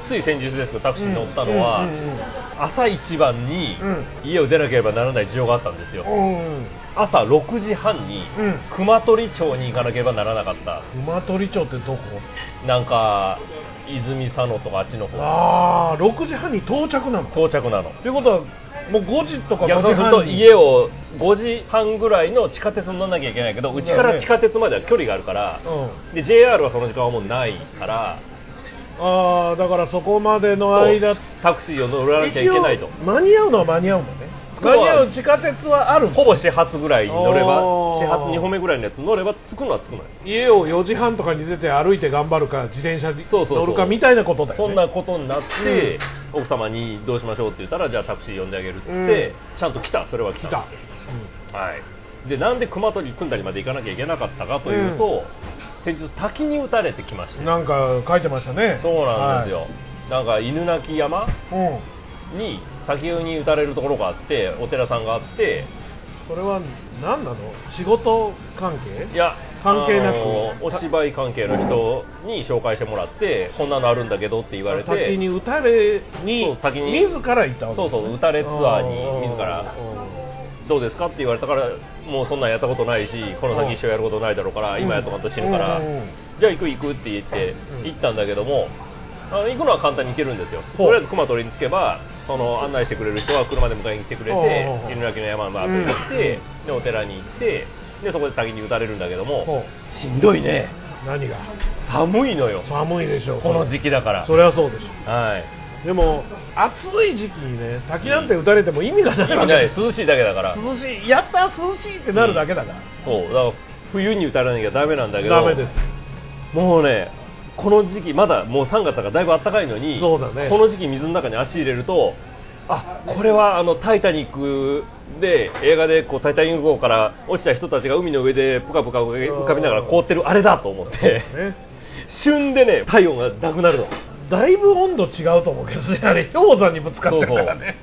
つい先日ですけどタクシーに乗ったのは、
うんうんうん
朝一番に
う
家を出なければならない事情があったんですよ、
うん
朝6時半に
うん
熊取町に行かなければならなかった
馬取町ってどこ
なんか泉佐野とかあっちの方
ああ6時半に到着なのと
到着なの
いうことはもう5時とか5
逆
時
にすると
半に
家を5時半ぐらいの地下鉄に乗らなきゃいけないけどうちから地下鉄までは距離があるから、
う
で JR はその時間はもうないから
ああだからそこまでの間
そうタクシーを乗らなきゃいけないと
一応間に合うのは間に合うのね
着くの
間
は
に合う地下鉄はあるの
ほぼ始発ぐらいに乗れば
おー
始発2本目ぐらいのやつ乗れば着くのは着くのよ
家を4時半とかに出て歩いて頑張るか自転車に
そうそうそう
乗るかみたいなことだよね
そんなことになって、奥様にどうしましょうって言ったらじゃあタクシー呼んであげるっつって、ちゃんと来たそれは来た
来た、
はい、でなんで熊取組んだりまで行かなきゃいけなかったかというと、先日滝に打たれてきまし
う
て
んなんか書いてましたね
そうなんですよ、なんか犬鳴山
はいうん
に滝に打たれるところがあってお寺さんがあって
それは何なの仕事関係
いや
関係なく
あのお芝居関係の人に紹介してもらってこんなのあるんだけどって言われて
滝に打たれに
そう滝に
自ら行ったわけ
そうそう打たれツアーに自らどうですかって言われたからもうそんなんやったことないしこの先一生やることないだろうから今やっとかんと死ぬから
うんうんうん
じゃあ行く行くって言って
うん
行ったんだけどもあの行くのは簡単に行けるんですよと
ほう
りあえず熊取に着けばその案内してくれる人は車で迎えに来てくれ
ほうほうほ
て
う
犬鳴の山の後に行ってでお寺に行ってでそこで滝に打たれるんだけど
ほ
もしんどいね
何が
寒いのよ
寒いでしょう
この時期だから
それはそうでしょ
はい
でも暑い時期にね滝なんて打たれても意味が
意
ないわ
味
け
ない
で
涼しいだけだから
す涼しいやったー涼しいってなるだけだから、
そうだから冬に打たれなきゃダメなんだけど
ダメです
もうねこの時期まだもう3月だからだいぶ暖かいのに
そうだね
この時期水の中に足入れるとあこれはあの「タイタニック」で映画でこう「タイタニック」号から落ちた人たちが海の上でぷかぷか浮かびながら凍ってるあれだと思って
ね
旬でね体温がなくなるの
だいぶ温度違うと思うけどねあれ氷山にぶつかってるからね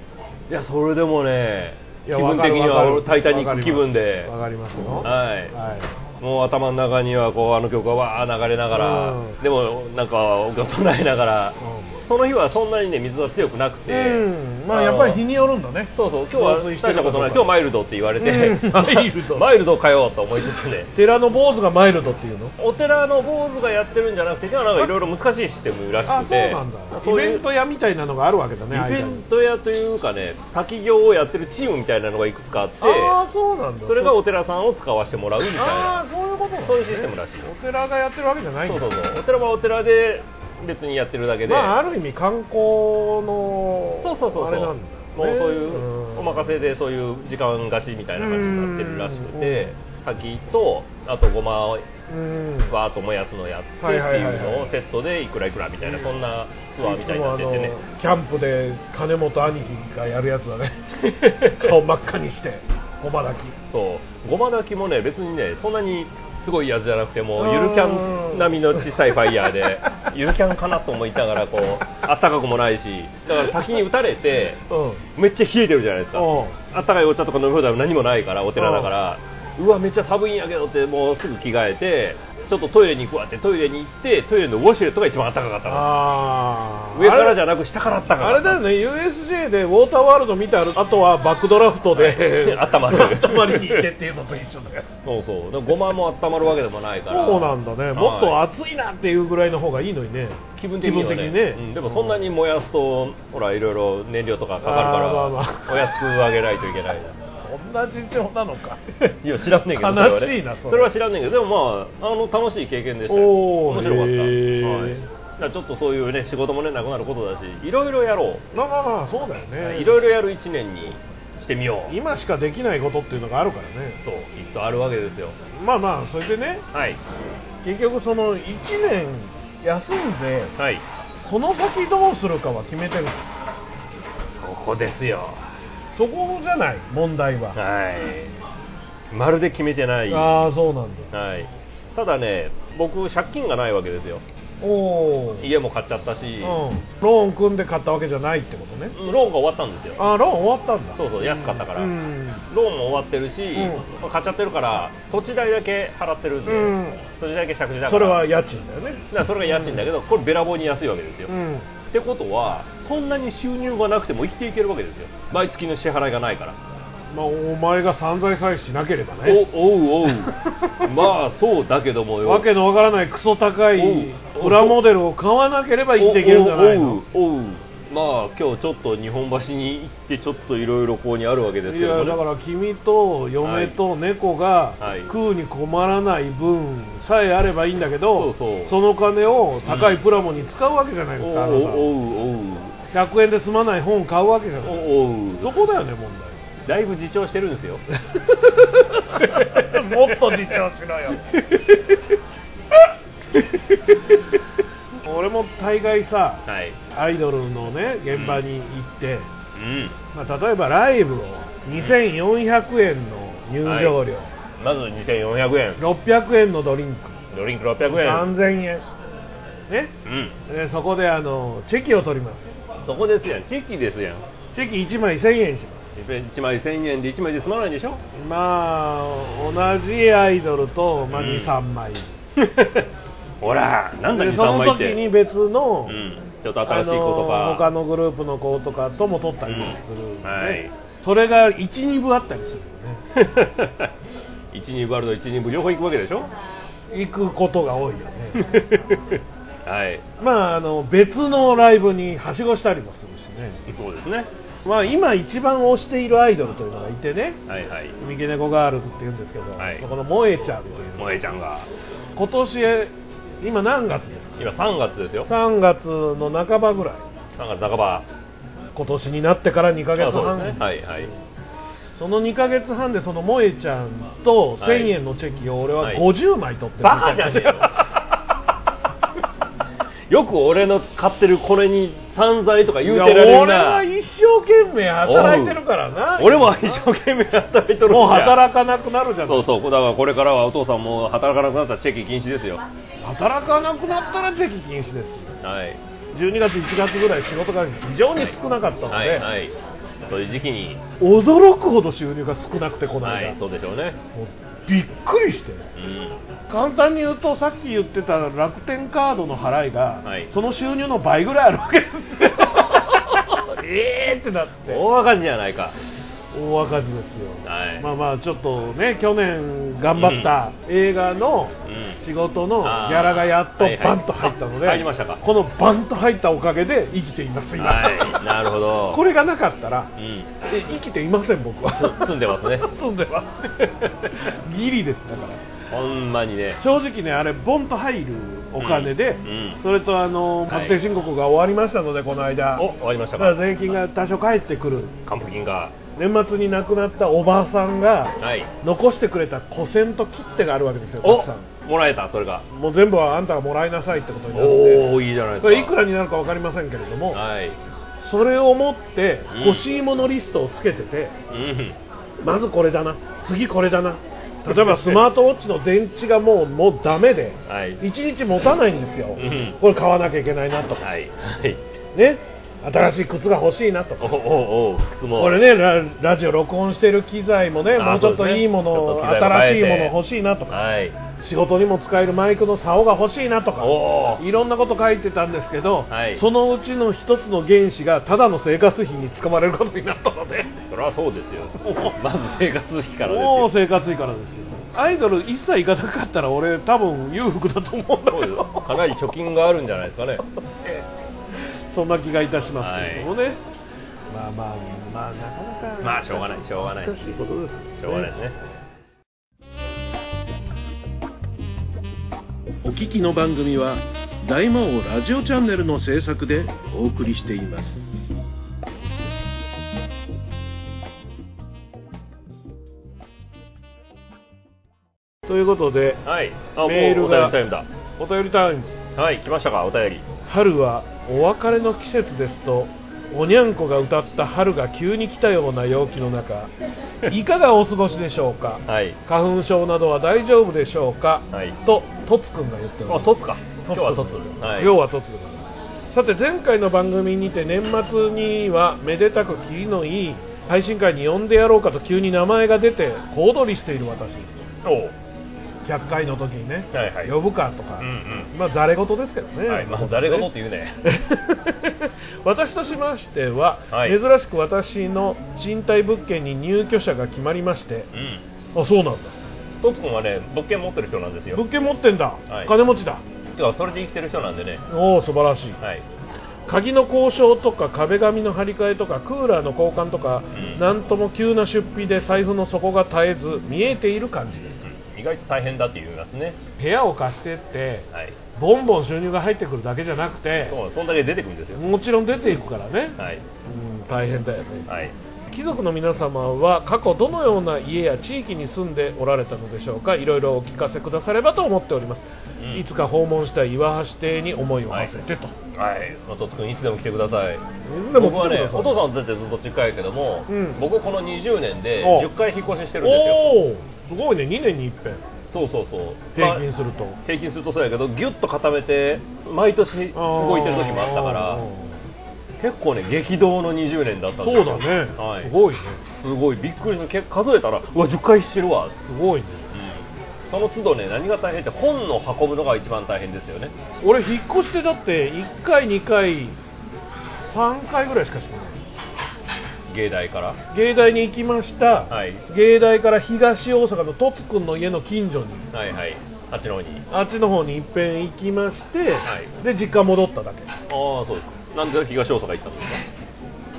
いやそれでもね
い
気
や
分的に
わか
は
るわ
俺「
かる
タイタニック」気分で
わかりますよ
はい
はい
もう頭の中にはこうあの曲がわー流れながら、
うん
でもなんか音楽唱えながら、
う
その日はそんなにね水は強くなくて、
うんまあやっぱり日によるんだね
そうそう今日は
増水して
大
る
したこ
かど
と
う
な
か
い今日マイルドって言われて、
うんマイルド
マイルドかよと思いつつね
寺の坊主がマイルドっていうの
お寺の坊主がやってるんじゃなくて今日はなんかいろいろ難しいシステムら
あ
しく
そう
て
なんだ
そうい
イ
う
ベント屋みたいなのがあるわけだね
イベント屋というかね滝行をやってるチームみたいなのがいくつかあって
ああーそうなんだ
それがお寺さんを使わせてもらうみたい
ああ
な
ーそういうことなんだね
そういうシステムらしいです
お寺がやってるわけじゃないん
そ
だ
うそうそうお寺はお寺で別にやってるだけで、
まあある意味観光の
そうそうそうそう
あれなんだね
もうそういうお任せでそういう時間貸しみたいな感じになってるらしくて滝とあとごまを
うん
バーッと燃やすのやってって
はいはいはいはい
いうのをセットでいくらいくらみたいなそんなツアーみたいになっててね
いつもあのキャンプで金本兄貴がやるやつ だね顔真っ赤にしてごまだき
そうごま炊きもね別にねそんなにすごいやつじゃなくてもうゆるキャン並みの小さいファイヤー でゆるキャンかなと思いながらこうあったかくもないしだから滝に打たれてめっちゃ冷えてるじゃないですか
うん
あったかいお茶とか飲み放題も何もないからお寺だからうわめっちゃ寒いんやけどってもうすぐ着替えてちょっとトイレに行くわってトイレに行ってトイレのウォシュレットが一番あったかかったの
あー
上からじゃなく下からあったかか
あれだよね USJ でウォーターワールド見たあとはバックドラフトで
温 まる
温まりに行けっていうのと一緒だよ
そうそうだからごまも温まるわけでもないから
そうなんだね
はい
もっと暑いなっていうぐらいの方がいいのにね
気分的にはねうんでもそんなに燃やすと、ほらいろいろ燃料とかかかるから、
あーまあまあ
お安くあげないといけない
同じ情なのか
いや知らんねんけどそれは
悲
ね
しいなそれ
それは知らんねんけどでもまああの楽しい経験でしたよ
おー
面白かった、
へー
はい、だからちょっとそういうね仕事もねなくなることだしいろいろやろ
まあまあまあそうだよ
う、
ね
いろいろやる1年にしてみよう
今しかできないことっていうのがあるからね
そうきっとあるわけですよ
まあまあそれでね
はい
結局その1年休んで
はい
その先どうするかは決めてる
そこですよ
そこじゃない問題は、
はいまるで決めてない
ああそうなんだ
はい、ただね、僕、借金がないわけですよ、
おお
家も買っちゃったし、
うん
ロ
ローン組んで買ったわけじゃないってことね
ーンが終わったんですよ、
ああローン終わったんだ
そうそう、安かったから、
うん
ローンも終わってるし、
うん
まあ買っちゃってるから、土地代だけ払ってるんで、
うん
土地代だけ借地だから、
それは家賃だよね
だからそれが家賃だけど、これ、べらぼうに安いわけですよ。
うん
ってことは、そんなに収入がなくても生きていけるわけですよ、毎月の支払いがないから。
まあお前が散財さえしなければ
お
ね
おうおうまあそうだけどもよ
わけのわからないクソ高い
おう
裏モデルを買わなければ生きていけるんじゃない
お
の
うおうおうまあ今日ちょっと日本橋に行ってちょっといろいろここにあるわけです
い
けども
や
ね
だから君と嫁と猫が
はい
食うに困らない分さえあればいいんだけど、
そうそう
の金を高いプラモに使うわけじゃないですか、
おう
あ
おう
なた100円で済まない本買うわけじゃ
おう
ない
おう
そ
おう
こだよね問
だいぶ自重してるん ですよ
題 もっと自重しろよ俺も大概さ
はい
アイドルのね現場に行って、
うん
まあ、例えばライブを2400円の入場料、
まず2400円
600円のドリンク
ドリンク600円
3000円ね
うん
でそこであのチェキを取ります
そこですやんチェキですやん
チェキ1枚1000円しま
1枚1000円で1枚で済まないんでしょ
すまあ同じアイドルと、まあ、
うん
23枚、
ほら なんだ
で
23
その
枚っ
時
て
に別の、
うんちょっと新しい子と
あ
か
の他のグループの子とかとも取ったりする、
うんはい
それが12部あったりするよね
一二バルド一二部両方行くわけでしょ
行くことが多いよね
はい
まああの別のライブにはしごしたりもするしね
そうですね
まあ今一番推しているアイドルというのがいてね
はいはい
三毛猫ガールズって言うんですけど、
はい
そこの萌えちゃんという
萌えちゃんが
今年え今何月ですか
今3月ですよ
3月の半ばぐらい
3月半ば
今年になってから2ヶ月
あそう
半
ですねはいはい
その2ヶ月半でその萌えちゃんと
はい
1000円のチェキを俺は
はい
50枚取ってる、
バカじゃねえ よよく俺の買ってるこれに散財とか言うてられ
いや
る
俺
な
は一生懸命働いてるからな
俺も一生懸命働いとるんじゃ
もう働かなくなるじゃん
そうそうだからこれからはお父さんも働かなくなったらチェキ禁止ですよ
働かなくなったらチェキ禁止です
はい
12月1月ぐらい仕事が非常に少なかったので、
はいはいそういう時期に
驚くほど収入が少なくてこの間、
はいそうでしょうね
もうびっくりして
うん
簡単に言うとさっき言ってた楽天カードの払いが、
はい
その収入の倍ぐらいあるわけです えーってなって
大赤字じゃないか
大赤字ですよ、
はい
まあまあちょっとね去年頑張った映画の
うん
仕事のギ
あー
ャラがやっと
はいはい
バンと入ったので、
あ入りましたか
このバンと入ったおかげで生きています今、
はいなるほど
これがなかったら
うん
え生きていません僕は
す住んでます ね
住んでます ギリですだから
ほんまにね
正直ねあれボンと入るお金で、
うんうん
それとあの
はい
確定申告が終わりましたのでこの間
お終わりました
だ
から
税金が多少返ってくる
還付金が
年末に亡くなったおばあさんが
はい
残してくれた古銭と切手があるわけですよ
お
たくさん
もらえたそれが
もう全部はあんたがもらいなさいってことになって
おおいいじゃないですか
それいくらになるか分かりませんけれども
はい
それを持って
うん
欲しいものリストをつけてて、
うん
まずこれだな次これだな例えばスマートウォッチの電池がもうもうダメで
はい
1日持たないんですよ、
うん
これ買わなきゃいけないなとか、
はいはい
ね新しい靴が欲しいなと
お
か
うおうおう靴も
これねララジオ録音してる機材もね
あー
もうちょっ
そう
と
ですね
いいもの
ちょっと機材も変え
新していもの欲しいなとか、
はい
仕事にも使えるマイクの竿が欲しいなとか
おー
いろんなこと書いてたんですけど、
はい
そのうちの一つの原子がただの生活費に使われることになったので
そりゃそうですよまず生活費からです
もう
よ
生活費からですよアイドル一切行かなかったら俺多分裕福だと思うんだ
そう
け
よ
ど
かなり貯金があるんじゃないですかね
そんな気がいたしますけれどもね、まあまあまあなかなか
まあしょうがないしょうがない
難しいことですよね
しょうがないですね
お聞きの番組は大魔王ラジオチャンネルの制作でお送りしています
ということで
はいあもうお
メール
便り
が
タイムだ
お便りタイム
はい来ましたかお便り
春はお別れの季節ですとおにゃんこが歌った春が急に来たような陽気 の中いかがお過ごしでしょうか
はい
花粉症などは大丈夫でしょうか、
はい
ととつくんが言っておりま
あ
す
トツか
ツ
今日はトツ
はい要は凸でございますさて前回の番組にて年末にはめでたくきりのいい配信会に呼んでやろうかと急に名前が出て小躍りしている私です
おう
100回の時にね、
はいはい
呼ぶかとか、
うん
まあざれ言ですけど
う
ね、
んはいまあ誰事って言うね
私としましては、
はい
珍しく私の賃貸物件に入居者が決まりまして
うん
あそうなんだ
トツくんはね物件持ってる人なんですよ
物件持ってんだ、
はい
金持ちだ
てかそれで生きてる人なんでね
おお素晴らしい
はい
鍵の交渉とか壁紙の張り替えとかクーラーの交換とか、
うん
なんとも急な出費で財布の底が絶えず見えている感じです
うん意外と大変だって言いますね
部屋を貸してって
はい
ボンボン収入が入ってくるだけじゃなくて
そうそんだけ出てくるんですよ
もちろん出ていくからね、
はい
うん、大変だよね、
はい
貴族の皆様は過去どのような家や地域に住んでおられたのでしょうかいろいろお聞かせくださればと思っております、
うん
いつか訪問したい岩橋邸に思いを馳せてと、
はいまあトツくんいつでも来てください
でも
僕はね
来てください
お父さんだってずっと近いけども、
うん
僕この20年で
お
10回引っ越ししてるんですよ
おおすごいね2年に一遍
そうそうそう
平均すると、
まあ平均するとそうやけどギュッと固めて毎年動いてる時もあったから結構ね激動の20年だったん
そ
で
う
すよ
だね、
はい、
すごいね
すごいびっくりしたけ数えたらうわ10回してるわ、
すごいね
その都度ね何が大変って本の運ぶのが一番大変ですよね
俺引っ越してだって1回2回3回ぐらいしかしてない
芸大から
芸大に行きました、
はい
芸大から東大阪のとつくんの家の近所に
はいはい八のに
あっちの方に一遍行きまして、
はい
で実家戻っただけ
ああそうですかなんで東大阪行ったんで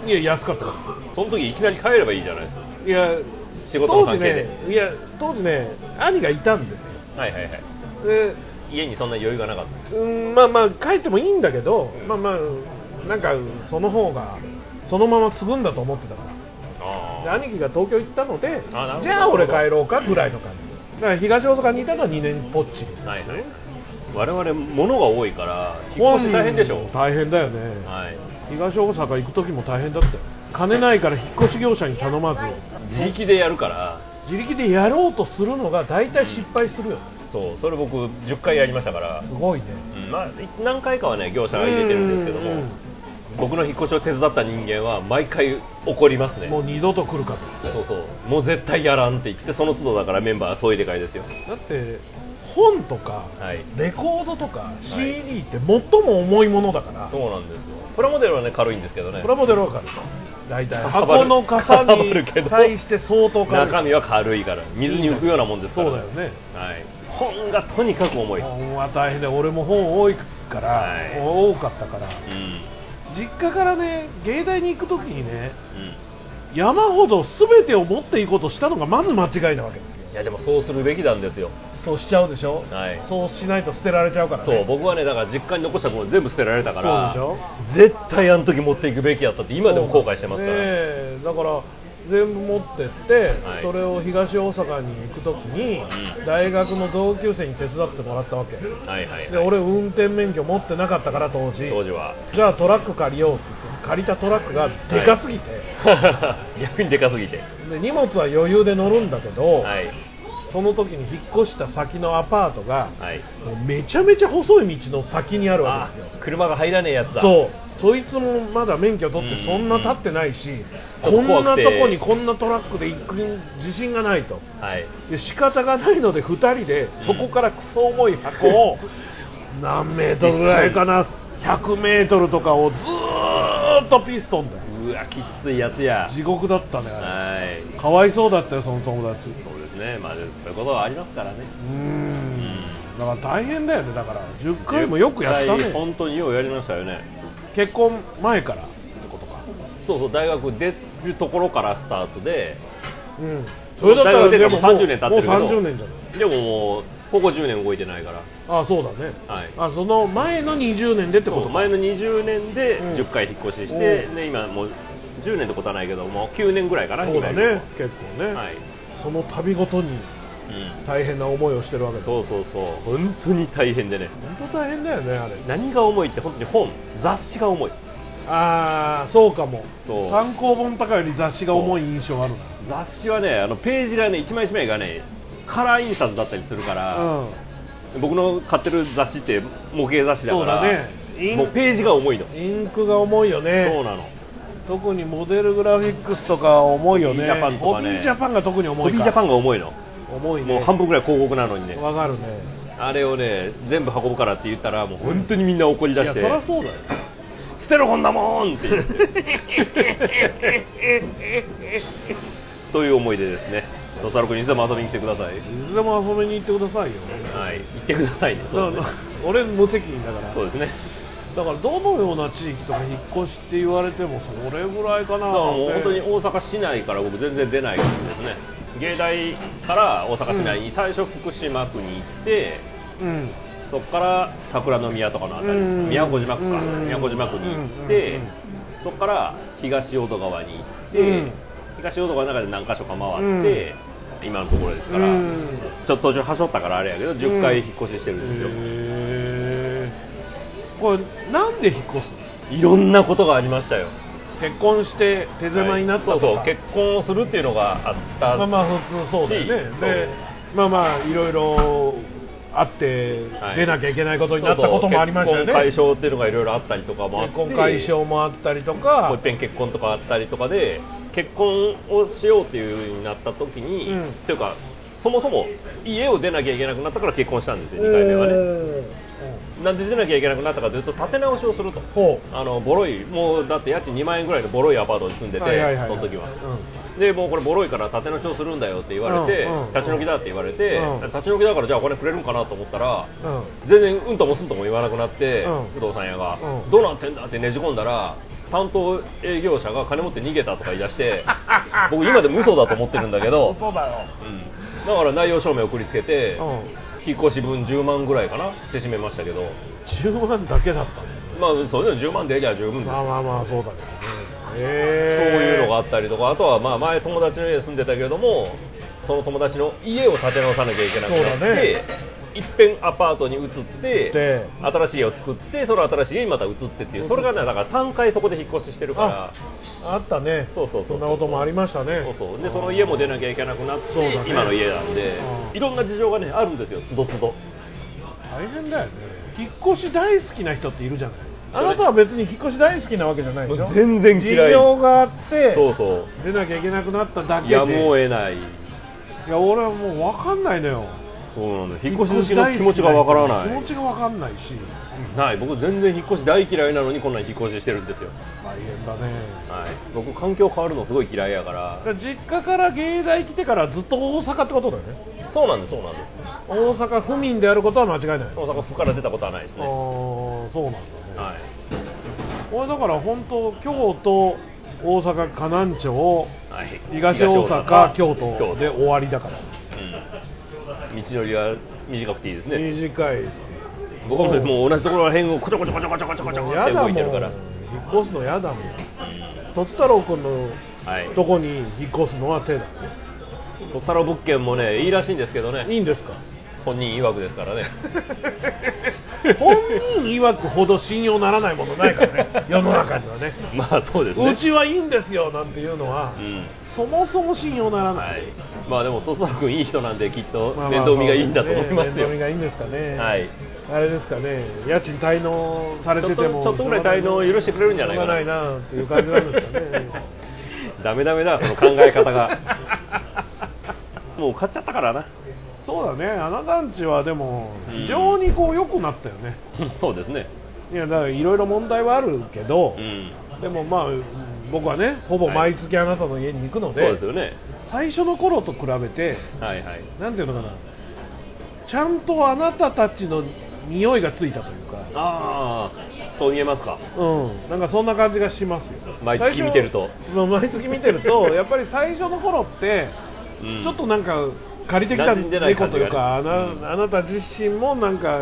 す
いや安かったか
かその時いきなり帰ればいいじゃ ないです
らいや
仕事の関係で
当時ねいや当時ね兄がいたんですよ
かはいはいはい
で
家にそんな余裕がなかった
うんまあまあ帰ってもいいんだけど、まあまあなんかその方がそのまま継ぐんだと思ってたからで
あ
兄貴が東京行ったので
あなるほど
じゃあ俺帰ろうかぐらいの感じだから東大阪にいたのは2年ぽっちり
あはいはい我々物が多いから引っ越し大変でしょ
うん大変だよね、
はい
東大阪行く時も大変だったよ金ないから引っ越し業者に頼まず
自力でやるから
自力でやろうとするのが大体失敗するよね、
そうそれ僕10回やりましたから
すごいね
うんまあ、何回かはね業者が入れてるんですけども、
うんうん
僕の引っ越しを手伝った人間は毎回怒りますね
もう二度と来るかと
そうそうもう絶対やらんって言ってその都度だからメンバー総入れ替えですよ
だって本とか、
はい
レコードとか CD って最も重いものだから、
そうなんですよプラモデルはね軽いんですけどね
プラモデルはかると大体
かさばる
箱の傘に対して相当軽い
中身は軽いから水に浮くようなもんですから
そうだよね
はい、本がとにかく重い、うん、
本は大変で俺も本多いから、
はい
多かったから実家からね芸大に行く時にね山ほど全てを持っていこうとしたのがまず間違いなわけですよ
うん、いやでもそうするべきなんですよ
そうしちゃうでしょ、
はい
そうしないと捨てられちゃうから、ね、
そう僕はねだから実家に残したもの全部捨てられたから
そう
絶対あの時持っていくべきやったって今でも後悔してますから、
ねえだから全部持ってって、
はい
それを東大阪に行く時に、
うん
大学の同級生に手伝ってもらったわけ、
はいはい、はい、
で俺運転免許持ってなかったから当時
当時は
じゃあトラック借りようって言って借りたトラックがでかすぎて、
逆にでかすぎて
で荷物は余裕で乗るんだけど、
はい
その時に引っ越した先のアパートが、
はい
めちゃめちゃ細い道の先にあるわ
あ
けですよ
車が入らねえやつだ
そうそいつもまだ免許取っ
う
て
ん
そんな経ってないし、
ちょっ
ことん
怖
な
く
と
て
こにこんなトラックで行く自信がないと
はい
で仕方がないので2人でそこからクソ重い箱を何メートルぐらいかな100メートルとかをずーっとピストンで
うわきっついやつや
地獄だったねあ
はい
れかわいそうだったよその友達
そうですねまあそういうことはありますからね
うーんだから大変だよねだから10回もよくやった
実際
ね
本当にようやりましたよね
結婚前からってことか
そうそう大学出るところからスタートで
うんそれだったらでももう
30年経ってるけど
もう30年じゃない
でももうここ10年動いてないから
あそうだね、
はい
あその前の20年でってこ
そう
とか
前の20年で
うん
10回引っ越しして、
おう
ね、今もう10年ってことはないけどもう9年ぐらいかな
そうだ
今よ
ね結構ね、
りもはい、
その度ごとに
う
大変な思いをしてるわけ
ん、
だ
そうそうそう本当に大変でね
本当大変だよねあれ
何が重いって本当に本雑誌が重い
ああそうかも
そう
単行本とかより雑誌が重い印象あるな
雑誌はねあのページがね一枚一枚がねカラー印刷だったりするから、
うん
僕の買ってる雑誌って模型雑誌だ
そ
か
うだ
ら
ねイン
もうページが重いの、
インクが重いよね
そうなの
特にモデルグラフィックスとか重いよね
ホビージャパンとかね
ホビージャパンが特に重
ホ
い
ビ
か
ージャパンが重いの
重いね
もう半分ぐらい広告なのにね
わかるね
あれをね全部運ぶからって言ったらもう本当にみんな怒り
い
出
や
して
そりゃそうだよ
捨てろこんなもんって言って という思いでですね土佐六にいつでも遊びに来てください
いつでも遊びに行ってくださいよ
はい行ってくださいね
だか
そう
ら
ですね
俺無責任だから
そうですね
だからどのような地域とか引っ越しって言われてもそれぐらいかな
だからもう本当に
ね
大阪市内から僕全然出ない感じですね芸大から大阪市内に最初福島区に行って、
うん
そこから桜の宮とかのあたり
うん
宮古島区か
うん
宮古島区に行って
うんうん
そこから東淀川に行って、
うん
東淀川の中で何か所か回って、今のところですから、
うん
ちょっと途中はしょったからあれやけど10回引っ越ししてるんですよ、
へーこれなんで引っ越すの
いろんなことがありましたよ
結婚して手狭になった
は
と
い
か、
そうそう結婚をするっていうのがあった
まあまあ普通そうだよね
し
でまあまあいろいろあって
はい
出なきゃいけないことになったこともありましたよ
そ
ね、
うそう結婚解消っていうのがいろいろあったりとかもあっ
結
て
婚解消もあったりと
もう
か
一遍結婚とかあったりとかで結婚をしようっていうようになった時に、
うん
っていうかそもそも家を出なきゃいけなくなったから結婚したんですよ2回目は
う
ね
ん
なんで出なきゃいけなくなったかというと建て直しをすると
ほ
あのボロいもうだって家賃2万円ぐらいのボロいアパートに住んでて、
はいはいはいはい
その時は、
う
でもうこれボロいから立て直しをするんだよって言われて、
うんうん
立ち退きだって言われて、
うん
立ち退きだからじゃあお金くれるんかなと思ったら、
うん
全然うんともすんとも言わなくなって、
うん
不動産屋が、
うん
どうなってんだってねじ込んだら担当営業者が金持って逃げたとか言い出して 僕今でも嘘だと思ってるんだけど、
嘘だよ
うんだから内容証明送りつけて、
う
引っ越し分10万ぐらいかなしてしめましたけど
10万だけだったんだ
まあそれでも10万でじゃ十分です
まあまあまあそうだけど
そ
ね、
ういうのがあ
て
ったりとかあとはまあ前友達の家に住んでたけどもその友達の家を建て直さなきゃいけなくな
そう
っ
だ
て
ね
いっぺんアパートに移って
で
新しい家を作ってその新しい家にまた移ってっていうそれがねだから3回そこで引っ越ししてるから
ああったね
そうそうそう
そんなこともありましたね
そうそうでその家も出なきゃいけなくなって
そうだね
今の家なんで
うん
いろんな事情がねあるんですよつどつど
大変だよね引っ越し大好きな人っているじゃないあなたは別に引っ越し大好きなわけじゃないでしょ
全然嫌い
事情があって
そうそ
出なきゃいけなくなっただけ
う
で
やむを得ない
いや俺はもう分かんないのよ
そうなんだ引っ越し好きの気持ちがわからない
気持ちが分かんないし
ない僕全然引っ越し大嫌いなのにこんなに引っ越ししてるんですよ
大変だね
はい、僕環境変わるのすごい嫌いやから
だから実家から芸大来てからずっと大阪ってことだよね
そうなんですそうなんです
大阪府民であることは間違いないああ
大阪府から出たことはないですねは
そうなんだね、
い
俺だから本当京都大阪河南町
はい、
東大阪京都で終わりだから
うん、道のりは短くていいですね
短いです
僕ももう同じところら辺をこちょこちょこちょこちょこちょこちょ
も
こ
う
っ
や
て
だも
動
ん
いて
引
るから
っ越すのやだもんとつ太郎君の
はい
とこに引っ越すのは手だ、
とっさら物件もねいいらしいんですけどね
いいんですか
本人曰くですからね
本人曰くほど信用ならないものないからね世の中にはね
まあそうですね
うちはいいんですよなんていうのは、
うん
そもそも信用ならない、
まあでも土佐君いい人なんできっと
まあまあ
面倒見がいいんだと思います
ね
よ
面倒見がいいんですかね
はい
あれですかね家賃滞納されてても
ちょっとちょっとぐらい滞納を許してくれるんじゃないかな
しょうがないなっていう感じなんですか ね
ダメダメだその考え方がもう買っちゃったからな
そうだねあなたんちはでも
うん
非常にこう良くなったよね、
そうですね
いやだからいろいろ問題はあるけ
う
ど、
ん
でもまあうん僕はねほぼ毎月あなたの家に行く
そ
の
う
で,、
ですよね
最初の頃と比べて
はいはい
なんていうのかなちゃんとあなたたちの匂いがついたというか
ああそう見えますか
うん、なんかそんな感じがしますよ
毎月見てると
最初まあ毎月見て るとやっぱり最初の頃って、
うん
ちょっとなんか借りてきた
馴染んでない
猫
感
と
じが
いうか、
ある
あなあなた自身もなんか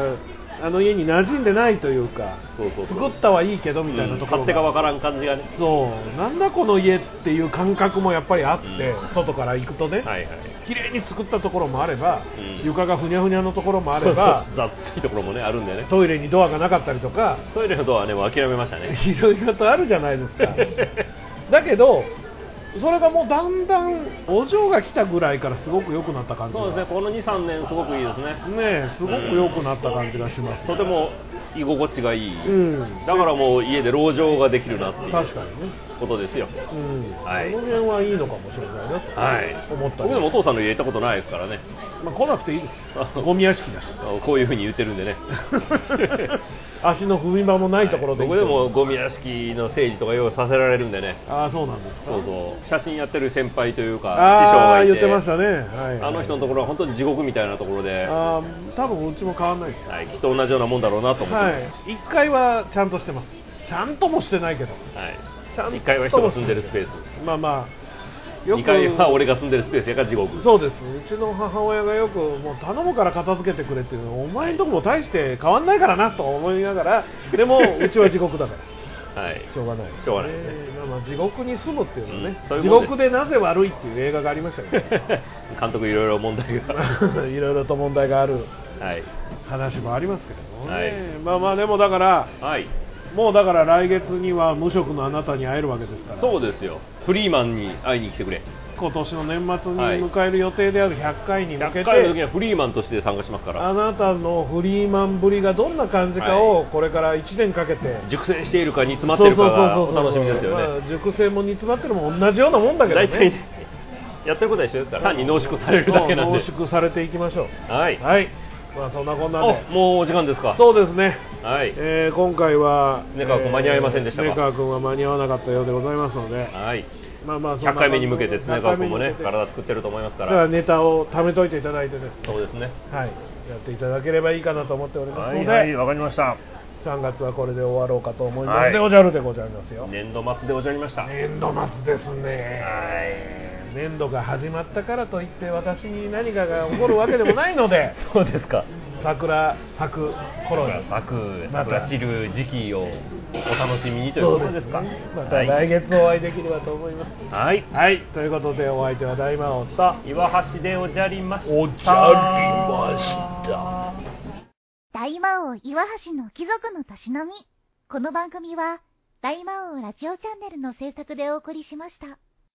あの家に馴染んでないというか
そうそうそう
作ったはいいけどみたいなところ
勝手がわからん感じがね
そうなんだこの家っていう感覚もやっぱりあって、
うん
外から行くとね、
はいはい
綺麗に作ったところもあれば、
うん
床がふにゃふにゃのところもあれば
そうそう雑いところもねあるんでね
トイレにドアがなかったりとか
トイレのドアはねもう諦めました ね
いろいろとあるじゃないですか だけどそれがもうだんだんお嬢が来たぐらいからすごく良くなった感じが
そうですねこの23年すごくいいですね
ねえすごく良くなった感じがします、
とても居心地がいい、
うん
だからもう家で籠城ができるなっていう
確かにね
ことですよ
うん、
はい
この辺はいいのかもしれないなと
はい
思ったり、
僕でもお父さんの家行ったことないですからね
まあ、来なくていいで
あ
すゴミ屋敷だ し
こういうふうに言ってるんでね
足の踏み場も ないところでいい
僕でもゴミ屋敷の整理とか用意させられるんでね
ああそうなんですか
そうそう写真やってる先輩というか師匠
あ
が
あ
いて
言ってましたね、はい
あの人のところは本当に地獄みたいなところで、は
ああ多分うちも変わんないです
い、きっと同じようなもんだろうなと思ってます、
はい、1階はちゃんとしてますちゃんともしてないけど
はい
ちゃんと
1階は人が住んでるスペース
まあまあ
2階は俺が住んでるスペースやから地獄
そうですうちの母親がよくもう頼むから片付けてくれっていうお前んとこも大して変わんないからなと思いながらでもうちは地獄だ から
はい
しょうがない
しょうがないね
えーまあまあ地獄に住むっていうのはね
うん、そういう
地
もんです
獄でなぜ悪いっていう映画がありましたけ
監督いろいろ問題が
ど いろいろと問題がある
はい
話もありますけどもね、
はい
まあまあでもだから
はい
もうだから来月には無職のあなたに会えるわけですから
そうですよフリーマンに会いに来てくれ
今年の年末に
はい
迎える予定である100回に向け
100
て、
回の時にはフリーマンとして参加しますから
あなたのフリーマンぶりがどんな感じかを
は
これから1年かけて、
熟成しているか煮詰まってるかがお楽しみですよ
まあ
ね
熟成も煮詰まってるも同じようなもんだけどね
大体ねやってることは一緒ですから単に濃縮されるだけなんで
そう濃縮されていきましょう
はい
はいまあそんなこんな
あ
で
もうお時間ですか
そうですね
はい
えー今回は
根川君間に合いませんでしたか
えー根川君は間に合わなかったようでございますので
はい
まあまあそんな
100回目に向けてですね
100
川
回
君
目
も
に向
ね
けて
体作ってると思いますか
だから
ら
ネタを貯めといていただいてです
そうですね
はい、やっていただければいいかなと思っておりますので、
わかりました
3月はこれで終わろうかと思います、
はい
でおじゃるでございますよ、
年度末でおじゃりました
年度末ですね、年度が始まったからといって私に何かが起こるわけでもないの で
そうですか
桜咲く頃に
咲く
また
桜散る時期をお楽しみにとい
そうう
ことで
で
すす
か
か
また来月お会いできればと思います、
はいはい
ということでお相手は大魔王と
岩橋でおじゃりました
おじゃりました
大魔王岩橋の貴族のたしなみこの番組は大魔王ラジオチャンネルの制作でお送りしました